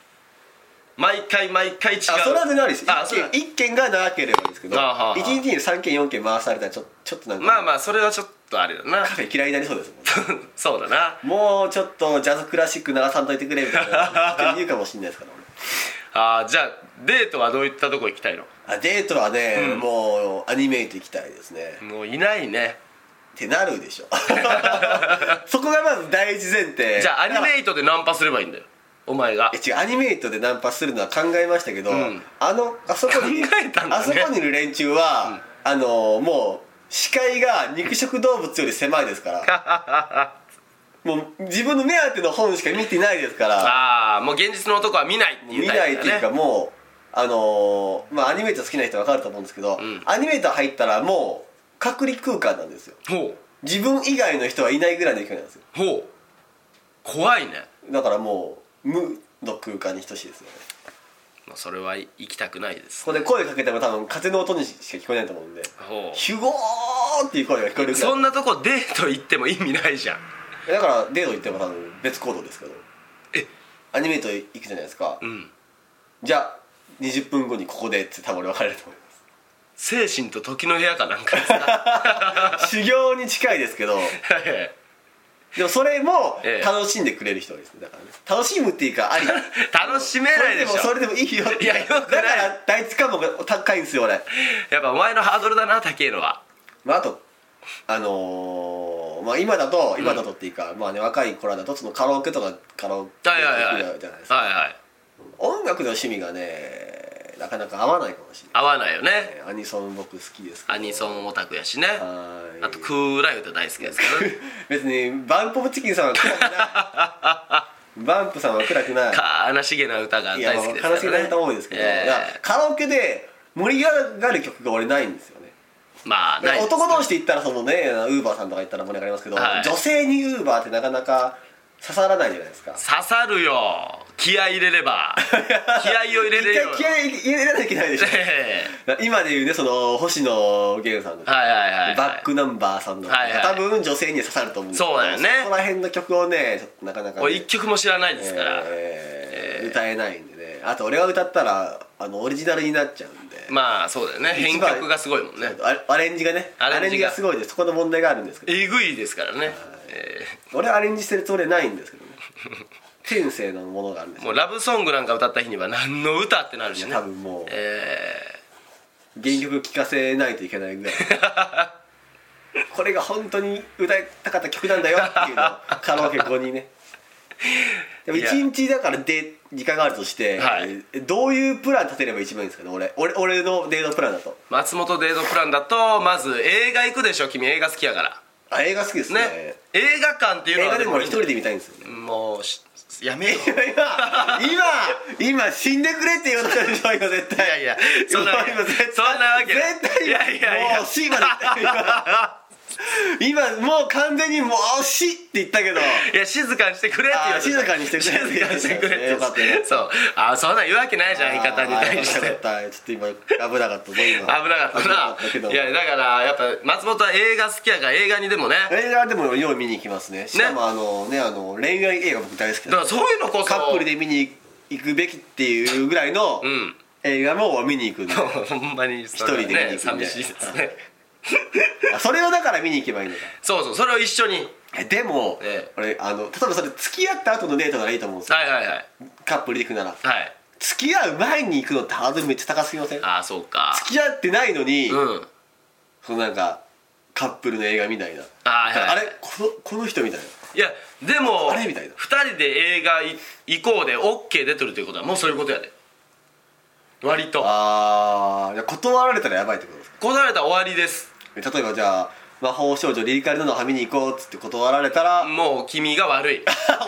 毎回毎回違う
あそれは全然ありです
あそうだ
1軒一軒が長ければいいんですけど
あはあ
1日に3軒4軒回されたらちょちょっとなんか、
まあまあそれはちょっとあれだな
カフェ嫌いになりそうですもんね
そうだな
もうちょっとジャズクラシック流さんといてくれみた いな言うかもしれないですから俺
あーじゃあデートはどういったとこ行きたいの
あデートはね、もうアニメイト行きたいですね
もういないね
ってなるでしょ そこがまず第一前提
じゃあアニ
だから
メイトでナンパすればいいんだよお前が
え違うアニメイトでナンパするのは考えましたけど、
ん
あのあそこに
考えたんだね
あそ こにいる連中は、あのもう視界が肉食動物より狭いですからもう自分の目当ての本しか見てないですから
ああもう現実の男は見ないっていう
見
タ
な
イ
いっ
プ
てい
だ
うか
ね
もうあのまあアニメイト好きな人は分かると思うんですけど、
ん
アニメイト入ったらもう隔離空間なんですよ
ほう
自分以外の人はいないぐらいの勢いなんですよ
ほう怖いね
だからもう無の空間に等しいですよね
まあそれは行きたくないです
ここで声かけても多分風の音にしか聞こえないと思うんで
ほう
ヒュゴーっていう声が聞こえるぐらい
そんなとこデート行っても意味ないじゃん
だからデート行っても多分別行動ですけど
え
アニメと行くじゃないですか、
うん
じゃあ20分後にここでって多分俺分かれると思い
精神と時の部屋かなんかです か
ます 修行に近いですけどでもそれも
ええ
楽しんでくれる人ですねだからね楽しむっていうかあり
楽しめ ないでしょ
それでもそれでもいいよって
いやよくない
だから第一感も高いんですよ俺
やっぱお前のハードルだな高えのは
まあ、あとあのーまあ今だと今だとっていうか、まあね若い子らだとそのカラオケとかカラオケ
はいはいはいはい
じゃないですか、
はい
音楽の趣味がねなかなか合わないかもしれ
合わないよ
ない、
ね
アニソン僕好きですけど
アニソンオタクやしね
はーい
あとクーライ歌大好きですからね
別にバンプ・オブ・チキンさんは暗くないバンプさんは暗くない
悲しげな歌が
いや
大
まあ
好きですから
悲
ね
しいなと思うんですけど、
ええ
いやカラオケで盛り上がる曲が俺ないんですよね
まあないです
男同士で言ったらそのねウーバーさんとか言ったら盛り上がりますけど、
はい
女性にウーバーってなかなか刺さらないじゃないですか
刺さるよ気合い入れれ ば気合を入れれ
一
よ
回気合い入れなきゃいけない でしょ
え
今で言うねその星野源さんの、
えはいはいはいはい
バックナンバーさんの、
はいはい
多分女性には刺さると思うんですけど
そうだよね
そこら辺の曲をねちょっとなかなか、ね、
俺一曲も知らないですから、
えー歌えないんでねあと俺が歌ったらあのオリジナルになっちゃうんで
まあそうだよね編
一番
曲がすごいもんね
そうアアレンジがね
アレンジが
アレンジがすごいですそこの問題があるんですけど
えぐいですからね、え
俺はアレンジしてるつもりはないんですけどね 天性のものがあるんで
え
す
も
よ
うラブソングなんか歌った日には何の歌ってなるしね
多分もう
え
原曲聴かせないといけないぐらいこれが本当に歌いたかった曲なんだよっていうのをカラオケ後にねでも
いや
一日だからで時間があるとして、
はい
どういうプラン立てれば一番いいんですかね俺俺俺のデートプランだと
え松本デートプランだとまず映画行くでしょ君映画好きやから
あ映画好きですね
ね映画館っていうの
映
は
画でも俺
いい
一
んだよ
人で見たいんです よね
もうしやめよう
今今今死んでくれって言うとでしょ今絶対
いやいやそ
そ
ん
ん
な
な
わ
わ
け
け
そんなわけない
絶対
いやいやいや
もう C まで行った今今もう完全にもう C って言ったけど
いや静かにしてくれって言われた
あー静かにしてくれって
静かにしてくれって
よかったよかった
そうあーそんなん言うわけないじゃん相方に対し
あ
て
ーよかったよかったちょっと今危なかったぞ
危
今
なかった
危なかったけど
ないやだからやっぱ松本は映画好きやから映画にでもね
映画でもよう見に行きますねしかもあのねあの恋愛映画僕大好き
だか
だ
らそういうのこそ
カップルで見に行くべきっていうぐらいの
ん
映画も見に行くんで、
ほんまに一
人で見に行くん
ね寂
で
しいですね
あそれをだから見に行けばいいのか
そうそうそれを一緒に
えでも、
ええ
俺あの例えばそれ付き合った後のデートならいいと思うんですよ
はいはいはい
カップルで行くなら
はい
付き合う前に行くのってハードルめっちゃ高すぎません付
ああそうか
き合ってないのに、
うん
そのなんかカップルの映画みたいな
あはいはい
あれこのこの人みたいない
やでも
あれみたいな
2人で映画い行こうで OK 出てるということはもうそういうことやで割と
あーいや断られたらやばいってことですか
断られたら終わりです
例えばじゃあ魔法少女リリカルなのは見に行こうっつって断られたら、
もう君が悪い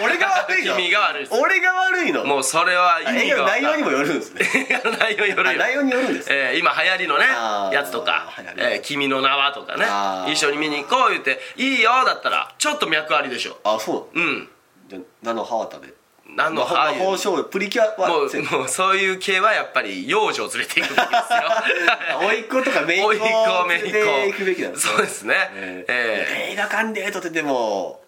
俺が悪いの
君が悪いです
俺が悪いの
もうそれは
あ
意味
映
が分
画の
か
内
ん
容にもよるんですね
映画の 内容によ
あ
るよ
内容によるんですね
えー今流行りのね
あー
やつとか
流行
「
りの
えー君の名は」とかね
あー
一緒に見に行こう言って「いいよ」だったらちょっと脈ありでしょ
あそう
う
なの
ん
じゃあ菜の葉綿で
何の
魔法
ああ
魔
いう
法少女プリキュアは
も
せ
うもうそういう系はやっぱり幼女を連れていく べきですよ
甥っ子とか姪っ子を
甥っ子姪
連
っ
れ
子
て行くべきなんですね
そうですね
え
ええ
ー映画館デートってでも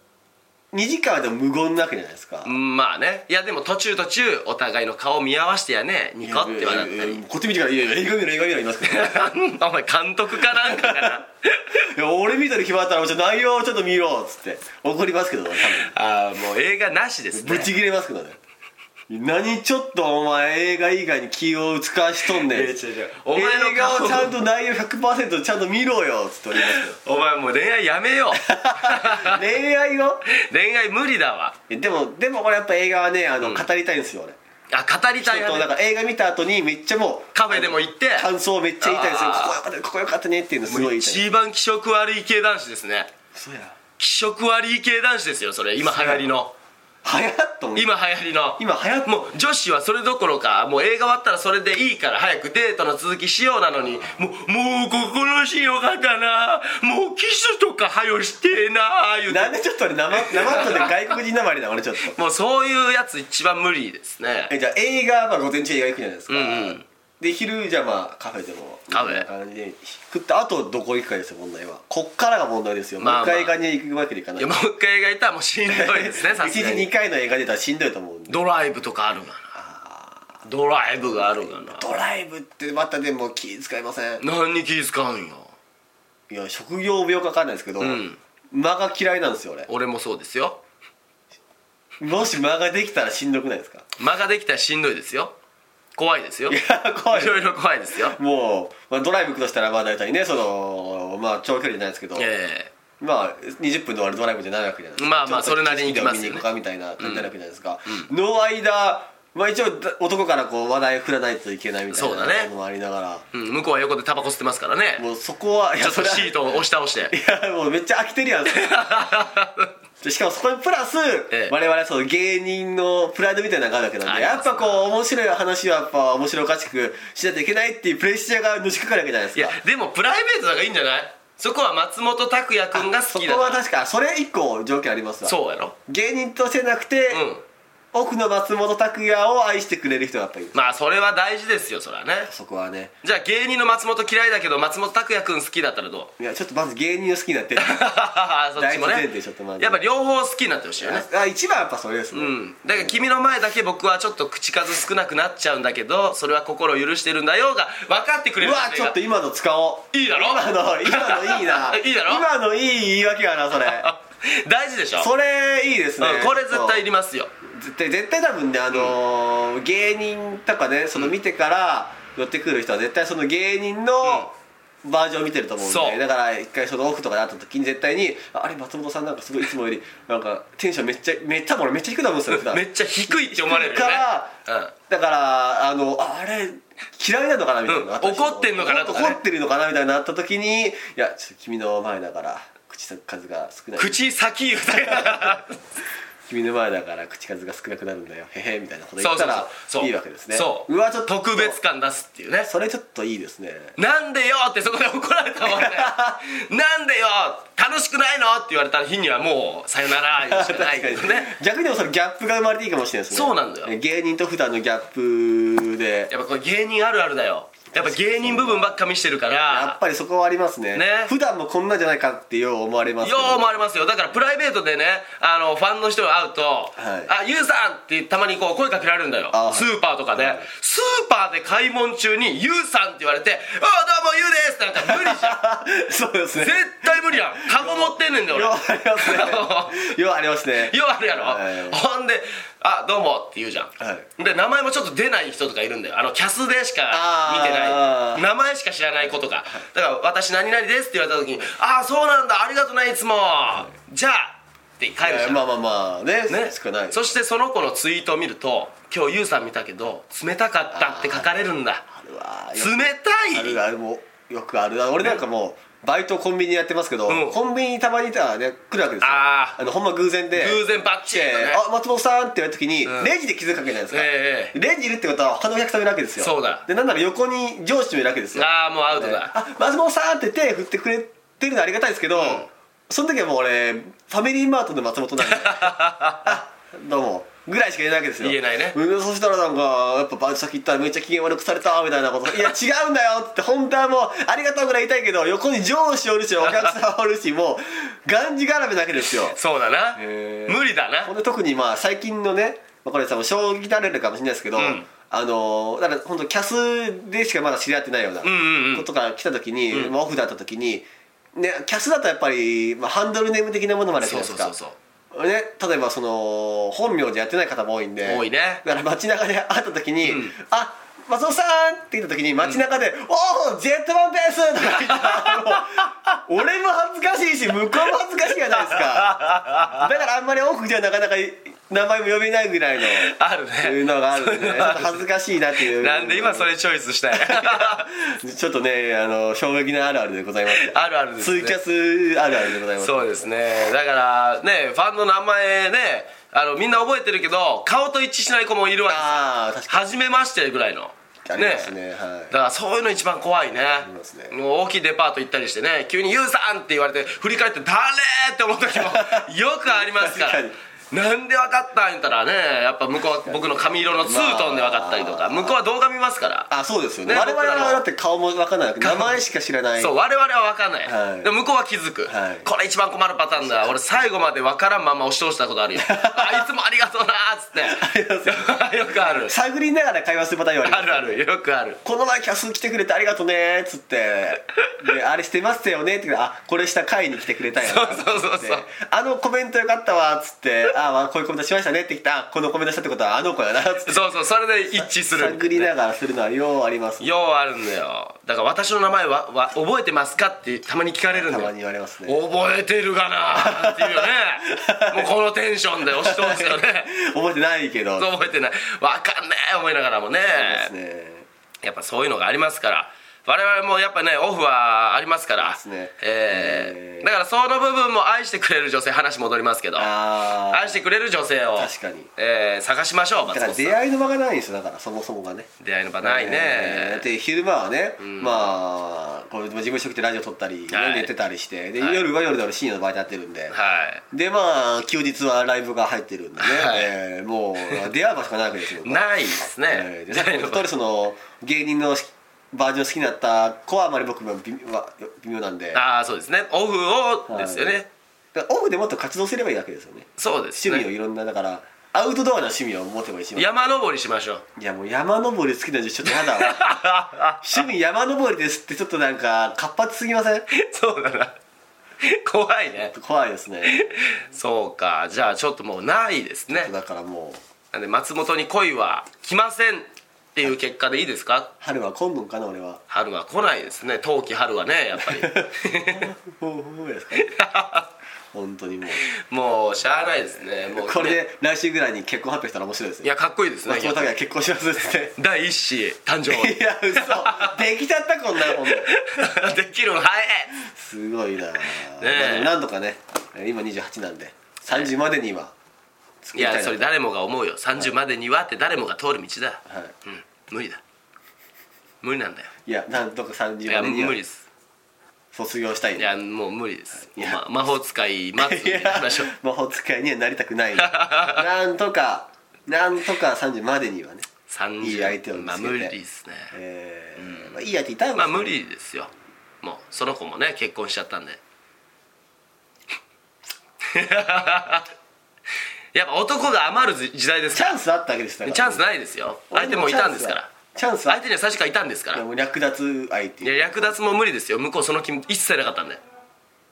2時間はでも無言なわけじゃないですか、
うんまあねいやでも途中途中お互いの顔見合わせてやねニコって笑ったり
こっち見てから「いやいや映画見ろ映画見ろ」言いますけどい
お前監督かなんかか な
や俺見てる暇あったらもうちょっと内容をちょっと見ろっつって怒りますけどね
ああもう映画なしで
多
す
分
ね
ぶち切れますけどね何ちょっとお前映画以外に気を使わしとんねん
いや違う違うお前の
映画をちゃん
顔
と内容100%ちゃんと見ろよっつって言いますけ ど
お前もう恋愛やめよ う
恋愛を
恋愛無理だわ
えでもでも俺やっぱ映画はねあの、語りたいんですよ俺
あ語りたい
人となんか映画見た後にめっちゃもう
カフェでも行って
感想をめっちゃ言いたいんですよ
あー
ここよかったここよかったねっていうのすごい言いたい
一番気色悪い系男子ですね
そうや
気色悪い系男子ですよそれ今流行りの
はやっと思う
今流行りの
今流行って
もう女子はそれどころかもう映画終わったらそれでいいから早くデートの続きしようなのにもうもうここのシーンよかったなもうキスとかはよしてえな言う
なん
て
でちょっと俺なまなまっとで外国人なまりだ俺ちょっと
もうそういうやつ一番無理ですね
えじゃあ映画まあ午前中映画行くじゃないですか、
うんうん
で昼じゃあまあカフェでも
カフェ
みたいな感じで食ったあとどこ行くかですよ問題はこっからが問題ですよ、
まあまあ
もう一回映画に行くわけにいかない
いやもう一回映画行ったらもうしんどいです ねさ
一
すが
日
に
2回の映画出たらしんどいと思うんで
ドライブとかあるがなドライブがあるがな
ドライブってまたでも気使いません
何に気使うんよ
いや職業病かわかんないですけど、
ん
間が嫌いなんですよ俺
俺もそうですよ
もし間ができたらしんどくないですか
間ができたらしんどいですよ怖いですよ
いや怖い
いろいろ怖いですよ
もう、まあ、ドライブ行くとしたらまあ大体ねそのまあ長距離じゃないですけど、
え
まあ20分で終わるドライブじゃないわけじゃないですか
まあまあ
ちょ
そ
っと
れなりに行きますよね
景色でも見に行こうかみたいな感じになるわけじゃないですか、の間まあ一応だ男からこう話題振らないといけないみたい
そう
な
だね
のもありながら
えうん、向こうは横でタバコ吸ってますからね
もうそこはいや
ちょっと
それは
シートを押し倒して
いやもうめっちゃ飽きてる やんでしかもそこにプラス、
ええ
我々その芸人のプライドみたいなのがあるわけなん
あ
で
り
や
ま
っ
すね
ぱこう面白い話はやっぱ面白おかしくしないといけないっていうプレッシャーがのしかかるわけじゃないです
い
か
やでもプライベートだからいいんじゃないそこは松本拓也君が好きだ
そこは
から
確かそれ以降条件ありますわ
そうやろ
芸人としてなくて、
うん
奥の松本拓也を愛してくれる人がやっぱりいる
まあそれは大事ですよそれはね
そこはね
じゃあ芸人の松本嫌いだけど松本拓也君好きだったら どう
いやちょっとまず芸人を好きに なって
そっちも
第一前
ね
提ちょっとまず
やっぱ両方好きになってほしいよね
あ一番やっぱそれですね、
うん、だから君の前だけ僕はちょっと口数少なくなっちゃうんだけどそれは心を許してるんだよが分かってくれ
う
る
わちょっと今の使おう
いいだろ
今の 今 のいい
だ
な
ろ
今のいい言い訳やな それ
大事でしょ
それいいですね、
うんこれ絶対い
ち
り
ょっ
ますよ
と絶対絶対多分ねあのー芸人とかねその見てから寄ってくる人は絶対その芸人の、バージョンを見てると思うんで
そう
だから一回そのオフとかで会った時に絶対にああれ松本さんなんかすごいいつもよりなんかテンションめっちゃめっちゃ俺めっちゃ低いと思うんですよ普 段
めっちゃ低いって思われるよ
か
ね
ら、だからあのああれ嫌いなのかなみたいなのがあたりして、
うん怒ってんのかなとかね
怒ってるのかなみたいになった時にいやちょっと君の前だから口数が少な
う
い
ん口先言うたら
君の前だから口数が少なくなるんだよへへみたいな こと言ったらいいわけですね
そう
わちょっと
特別感出すっていうね
それちょっといいですね
なんでよってそこで怒られた もんねなんでよ楽しくないのって言われた日にはもうさよなら言うしかないけどね
逆にでもそのギャップが生まれていいかもしれないですね
そうなんだよ
芸人と普段のギャップで
やっぱこれ芸人あるあるだよやっぱ芸人部分ばっか見してるから
やっぱりそこはありますね
ね
普段もこんなんじゃないかってよう思われますけ
よ
ど
う思われますよだからプライベートでねあのファンの人が会うと「
は
あゆうさん!」ってたまにこう声かけられるんだよ
あはい
スーパーとかで、スーパーで買い物中に「ゆうさん!」って言われて「あどうもゆうです!」ってなんか無理じゃん
そう ですね
絶対無理やんカゴ持ってんねんで俺
ようありますねようありますね
ようあるやろ、
はい
ほんで「あどうも」って言うじゃん、
は
で名前もちょっと出ない人とかいるんだよあのキャスでしか
あー
見てない名前しか知らない子とかだから「私何々です」って言われた時に「ああそうなんだありがとねいつも、じゃあ」って帰るじゃん、
まあまあまあね
ね、
少ない
そしてその子のツイートを見ると「今日ゆうさん見たけど冷たかった」って書かれるんだ
あるわ
冷
よあ
たい
るあるもうよくある俺なんかもうバイトコンビニやってますけど、
うん
コンビニにたまにいたらね来るわけですよ
あー
のほんま偶然で
偶然バッチリとね
来てあ松本さん」って言われた時に、
ん
レジで気づくわけじゃないですか、
えええ
レジいるってことは他のお客さんもいるわけですよ
そうだ
でなんなら横に上司もいるわけですよ
ああもうアウトだ、
あ松本さんって手振ってくれてるのありがたいですけど、その時はもう俺ファミリーマートの松 本なんであどうもぐらいしか言えないわけですよ
言えないね
うんそしたらなんかやっぱバイト先行ったらめっちゃ機嫌悪くされたみたいなこと「い や違うんだよ」って本当はもう「ありがとう」ぐらい言いたいけど横に上司おるしお客さんおるしもうがんじがらめなわけですよ
そうだな
へー
無理だな
ほんで特にまあ最近のねまあこれさ将棋になれるかもしれないですけど、
ん
あのーだから本当キャスでしかまだ知り合ってないような
うんうん
ことから来た時に、まあ、オフだった時に、ね、キャスだとやっぱり、まあ、ハンドルネーム的なものまでじゃ
そう
ないで
そ
す
うそ
か
うそう
ね、例えばその本名でやってない方も多いんで
多いね
だから街中で会った時に「
ん
あ松尾さん!」って言った時に街中で「おおジェットマンです!」とか言ったらもう俺も恥ずかしいし向こうも恥ずかしいじゃないですかだからあんまり多くじゃなかなか名前も呼べないぐら いの
あるね
いうのがあるんで、
そういう
ね、
のはある
恥ずかしいなっていう
なんで今それチョイスしたい
ちょっとねあの衝撃のあるあるでございます
あるあるですね
ツイキャスあるあるでございます
そうですねだからねファンの名前ねあのみんな覚えてるけど顔と一致しない子もいるわけで
ああ確
す
か
初めましてぐらいの
にありますねはい
だからそういうの一番怖いね
ますね
もう大きいデパート行ったりしてね急に「ユウさん!」って言われて振り返って「誰?」って思う 時もよくありますから
確かに
なんで分かったん言ったらねやっぱ向こうは僕の髪色のツートンで分かったりとか、
まあ
向こうは動画見ますから
あそうですよね
ね
我々
僕らの
はだって顔も分からないわけ名前しか知らない
そう我々は分かんない、
はい
で向こうは気づく、
はい
これ一番困るパターンだ俺最後まで分からんまま押し通したことある よあいつもありがとうなーっつって
りがとうござ い
よくある
探りながら会話するパターンよ り
あるあるよくある
この前キャス来てくれてありがとうねっつってであれしてましたよねって言ってあこれした回に来てくれたよな
そうそうそうそう
であのコメントよかったわっつってあ、まあ、こういうコメントしましたねって言ってあこのコメントしたってことはあの子やなっつって
そうそうそれで一致する
探りながらするのはようあります
ようあるんだよだから私の名前はは覚えてますかってたまに聞かれるんだ
た
よ
まに言われますね
覚えてるがなーっていうよねもうこのテンションで押し通すよ ね
覚えてないけど
そう覚えてない分かんねえ思いながらもね
ですね
やっぱそういうのがありますから我々もやっぱねオフはありますから
すね
え
え
ー
ー
だからその部分も愛してくれる女性話戻りますけど
ああ
愛してくれる女性を
確かに
えー探しましょう
だ
松
から
本さん
出会いの場がないんですよだからそもそもがね
出会いの場ない
えーだ
ね
って昼間はね、まあこう事務所来てラジオ撮ったり、
はい
寝てたりしてで、
はい
夜は夜で俺深夜のバイトやってるんで、
はい
でまあ休日はライブが入ってるんでね、
はい
えーもう出会う場所がないわけですよ
ないです
え
ね
ーでさっき二人その芸人のバージョン好きになった子はあまり僕も微妙は微妙なんで
ああそうですねオフをですよね、
はいだからオフでもっと活動すればいいわけですよね
そうです
趣味を
ね
いろんなだからアウトドアな趣味を持てばいいし
山登りしましょう
いやもう山登り好きな女子ちょっとやだわ趣味山登りですってちょっとなんか活発すぎません
そうだな怖いね
怖いですね
そうかじゃあちょっともうないですね
だからもう
なんで松本に恋は来ませんっていう結果でいいですか
春は今度かな俺は
春は来ないですね冬季春はねやっぱ り
ほうほうですか本当にもう
もうしゃあないですねもうね
これで来週ぐらいに結婚発表したら面白いです
い
ね
やかっこいいですね
松本拓也結婚しますっつって
第一子誕生
いや嘘できちゃったこんなもん
できるの早い
すごいな、
え
でもなんとかね今28なんで30までには作
い
りたい
や
なと
それ誰もが思うよ30までにはって誰もが通る道だ
はい
うん無理だ無理なんだよ
いやなんとか
い
30
や
までには
無理です
卒業したい
いやもう無理です、
いや
ま、魔法使い待つみ
い
たい
や
な話を
魔法使いにはなりたくないなんとかなんとか30までにはね
30
いい相手を見つけて
まあ無理ですね、
えーまあ、いい相手いたん
まあ無理ですよもうその子もね結婚しちゃったんで やっぱ男が余る時代です
チ
か
ャンスあったわけですからら
チャンスないですよ相手もいたんですから
チャンスあ
相
っ
手には最初からいたんですか
た
ら
もう略奪相手
いや略奪も無理ですよ向こうその気一切なかったんで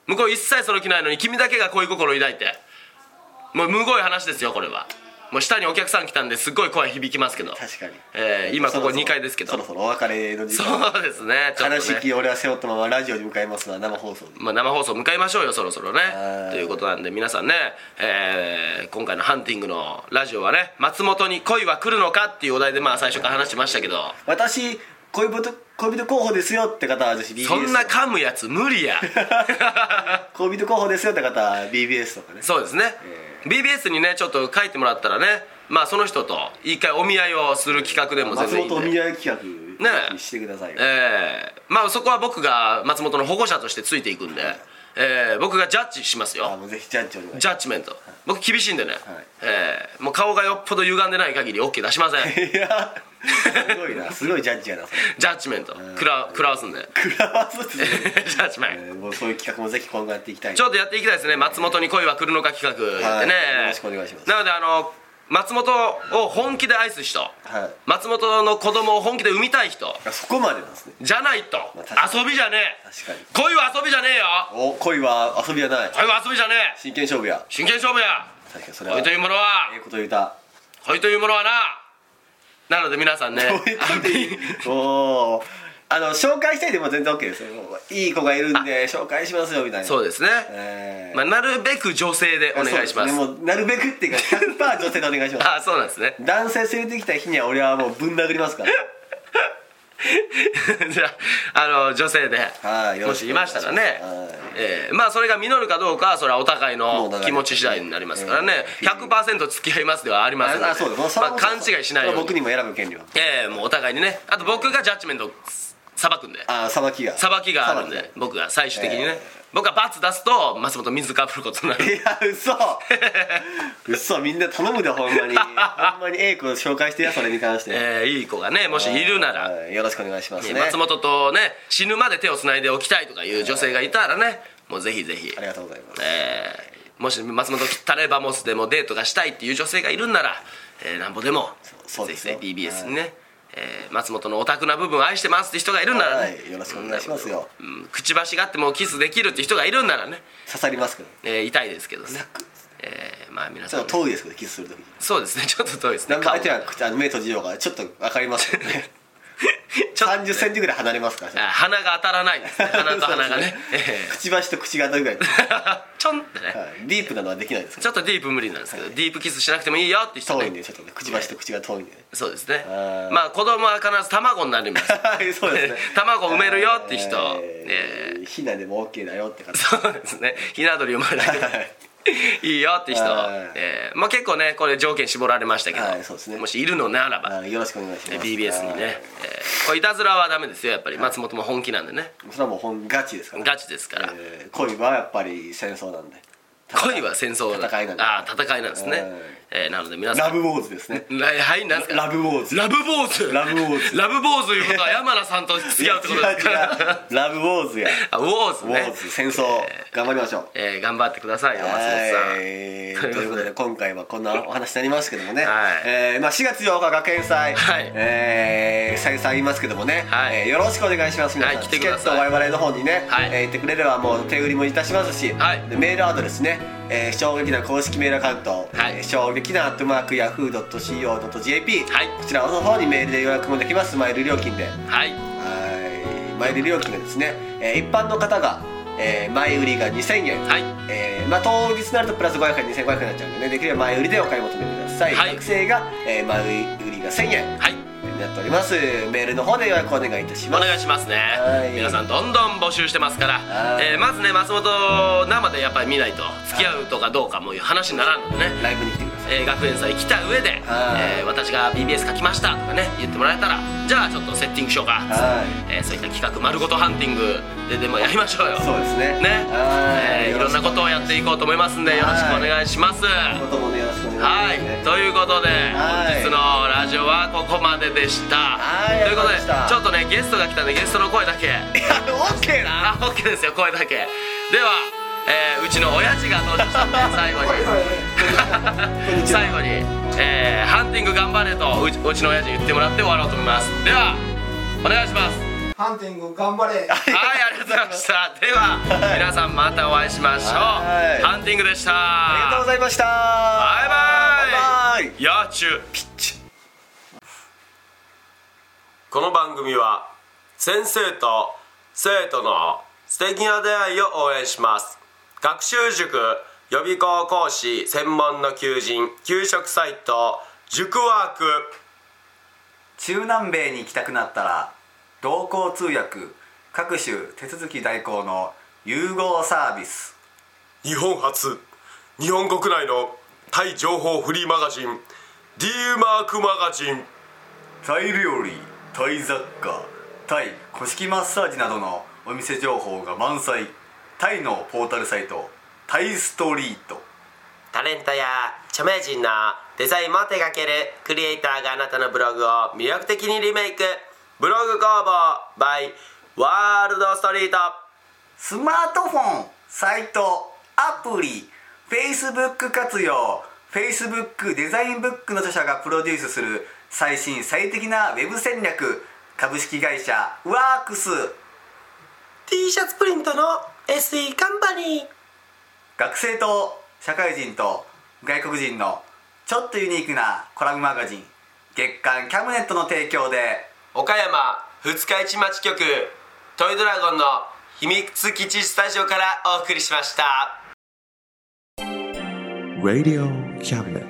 向こう一切その気ないのに君だけが恋心を抱いてもうむごい話ですよこれはもう下にお客さん来たんですっごい声響きますけど
確かに、
えー今ここ2階ですけど
そろそろお別れの時間
そうですねちょっと
悲
ね
しき俺は背負ったままラジオに向かいますわ生放送で
まあ、生放送迎えましょうよそろそろね
はい
ということなんで皆さんね、えー今回の「ハンティング」のラジオはね松本に恋は来るのかっていうお題でまあ最初から話しましたけど
私恋人恋人候補ですよって方は私 BBS
そんな噛むやつ無理 や
恋人候補ですよって方は BBS とかね
そうですね、BBS にねちょっと書いてもらったらねまあその人と一回お見合いをする企画でも全
松
然いいんで
本お見合い企
ね
画にしてくださいよ、
ええまあそこは僕が松本の保護者としてついていくんで、ええ僕がジャッジしますよ
あもうぜひジャッジお願いします
ジャッジメント僕厳しいんでね、えーもう顔がよっぽど歪んでない限り OK 出しません
いやすごいなすごいジャッジやなそれ
ジャッジメント食ら食らわすん で
クラワスってすごい
ジャッジメント
えーもうそういう企画もぜひ今後やっていきたい
ちょっとやっていきたいですね松本に恋は来るのか企画やってね、
はいよろしくお願いします
なのであの松本を本気で愛す人、
はい
松本の子供を本気で産みたい人
あそこまでなんですね
じゃないと、
まあ確か
遊びじゃねえ
確かに
恋は遊びじゃねえよ
お恋は遊びはない
恋は遊びじゃねえ
真剣勝負や
真剣勝負や
確かにそれは
恋というものは
ええこと言うた
恋というものはななので皆さんね
こういうこと言うおーあの紹介したいでも全然 OK ですよもういい子がいるんで紹介しますよみたい な
そう
で
ですね、
えー
まあ、なるべく女性でお願いします
そうでねもうなるべくっていうか100%女性でお願いし ます
あそうなんですね
男性連れてきた日には俺はもうぶん殴りますから
じゃああの女性で
はいよ
も
ろし
し
く
い
お願
ま
い
し
したます
らね
はい
えーまあそれが実るかどうかはそれはお互い
もうお
の
互い
気持ち次第になりますからね
えー
100%付き合いますではありませんので
あそうですそれ
まあ、
はもう
勘違いしないよう
僕
に
にも選ぶ権利は
ええもうお互いにねあと僕がジャッジメントをさばくんで
あさばきが
さばきがあるん
裁
で
き
僕が最終的にね、
え
僕が罰出すと松本水かぶることになる
いや嘘 嘘みんな頼むでほんまにほんまに A 子紹介してやそれに関して、
えーいい子がねもしいるなら、
はいよろしくお願いしますね
松本とね死ぬまで手をつないでおきたいとかいう女性がいたらねもうぜひぜひ
あ、りがとうございます、
えーもし松本きったれバモスでもデートがしたいっていう女性がいるんなら、えーなんぼでも
そうそう
ぜ
で
ひ
すよ
ぜひ BBS にね、えー松本のオタクな部分を愛してますって人がいるんなら、ね
はいよろしくお願いしますよ
うんくちばしがあってもうキスできるって人がいるんならね、
刺さりますけど
えー痛いですけどね
ザクッ
えーまあ皆
ち
さん
ょっ
ね、
と遠いですけどキスするときに
そうですねちょっと遠いですね
なんか
顔
相手は口あの目閉じようがちょっと分かりますよ ね
ちょっと
3 0センチぐらい離れますから
あ鼻が当たらないです ね鼻と鼻がね
そうですくちばしと口が当たるぐらい、
えーちょんってね、
はい、ディープなのはできないですけ
ちょっとディープ無理なんですけど、ディープキスしなくてもいいよって人
ど
ね
遠いんでちょっとねくちばしと口が遠いんでね
そうですね
あー
まあ子供は必ず卵になります
はいそうですね
卵埋めるよって人
えーひなでも OK だよって方
そうですねひな鳥産ま ない
はい
いいよって人、
はい
えーまあ、結構ねこれ条件絞られましたけど、
はいそうですね
もしいるのならば、
あよろしくお願いします
BBS にね、
は
え
い
ーこれいたずらはダメですよやっぱり松本も本気なんでね
それはもう本ガチですから
ガチですから、
えー 恋はやっぱり戦争なんで
恋は戦争
戦いなんで
ああ戦いなんですね、
はい
えーなので皆さん
ラブウォーズですね
はいはいなんですか
ラブウォーズ
ラブ坊主
ラブ坊主
ラブ坊主いうことは山名さんと付き合うってことです
いや
か
違う違うラブウォーズや
あウォーズ
ウ
ね
ォーズ戦争頑張りましょう
えー頑張ってくださいよ松
はい
本
ということで今回はこんなお話になりますけどもね、
はい
えーまあ、4月8日学園祭、
はい
えー、再三言いますけどもね、
はい
えーよろしくお願いします皆さん、
はい来て
チ
く
ケ
だ
ット
さい
を我々の方にね、
はい
えー、言ってくれればもう手売りもいたしますし、
はい
でメールアドレスね、えー、衝撃な公式メールアカウント、
はい
えー衝撃なアットマークヤフー .co.jp、
はい
こちらの方にメールで予約もできますマイル料金で。
さんはい
はい前売り料金がですね、えー一般の方が、えー前売りが2000円、
はい
えーまあ、当日になるとプラス500円2500円になっちゃうんでねできれば前売りでお買い求めください、
はい
学生が、えー前売りが1000円
はい
になっておりますメールの方で予約お願いいたし
お
ます
願いしますね
はい
皆さんどんどん募集してますから、
はい
えーまずね松本生でやっぱり見ないと付き合うとかどうかもいう話にならんのでね
ライブに来てください
えー学園祭来た上で、
はい
えー私が BBS 書きましたとかね言ってもらえたらじゃあちょっとセッティングしようか、
はい
えーそういった企画丸ごとハンティングででもやりましょうよ
そうですね
ね、
はい
えーいろんなことをやっていこうと思いますんでよろしくお願いします、
今後ともねよろしくお
は
願い
い
します、ね、
ということで、
はい
本日のラジオはここまででした、
はい
ということ
あ
で
りがとうございました
ちょっとねゲストが来たんでゲストの声だけ
オッケーな
あ OK ですよ声だけでは、えーうちの親父が登場したんで最後
こんに
に
ちは
最後に、えーハンティング頑張れとうちうちの親父に言ってもらって終わろうと思いますではお願いします
ハンティング頑張れ
はいありがとうございましたでは、皆さんまたお会いしましょう
はい
ハンティングでした
ありがとうございました
バイバイ
バイバイ
やーちゅうピッ
この番組は先生と生徒の素敵な出会いを応援します学習塾予備校講師専門の求人給食サイト塾ワーク
中南米に行きたくなったら同行通訳各種手続き代行の融合サービス
日本初日本国内のタイ情報フリーマガジン D マークマガジン
タイ料理タイ雑貨タイ古式マッサージなどのお店情報が満載タイのポータルサイトタイストリート
タレントや著名人のデザインも手掛けるクリエイターがあなたのブログを魅力的にリメイクブログ工房 by ワールドストリート
スマートフォンサイトアプリ Facebook 活用 Facebook デザインブックの著者がプロデュースする最新最適なウェブ戦略株式会社ワークス
T シャツプリントの SE カンパニー
学生と社会人と外国人のちょっとユニークなコラムマガジン月刊キャムネットの提供で
岡山二日市町局トイドラゴンの秘密基地スタジオからお送りしました
Radio Cabinet.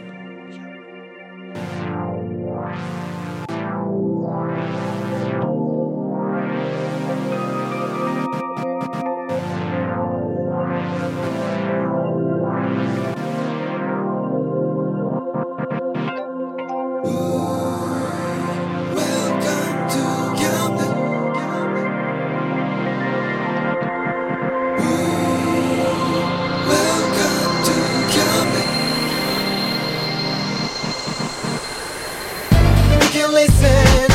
We can listen,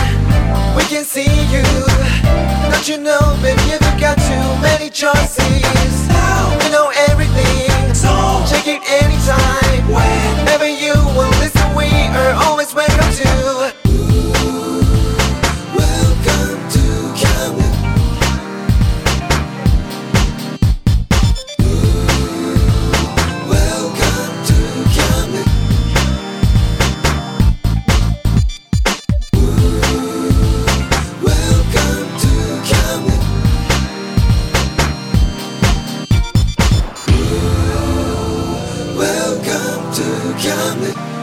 we can see you. Don't you know, baby, you've got too many choices. You know everything, so check it anytime. Whenever you will listen, we are always welcome to. Welcome to Camden. Welcome to Camden. Welcome to Camden. Welcome to Camden.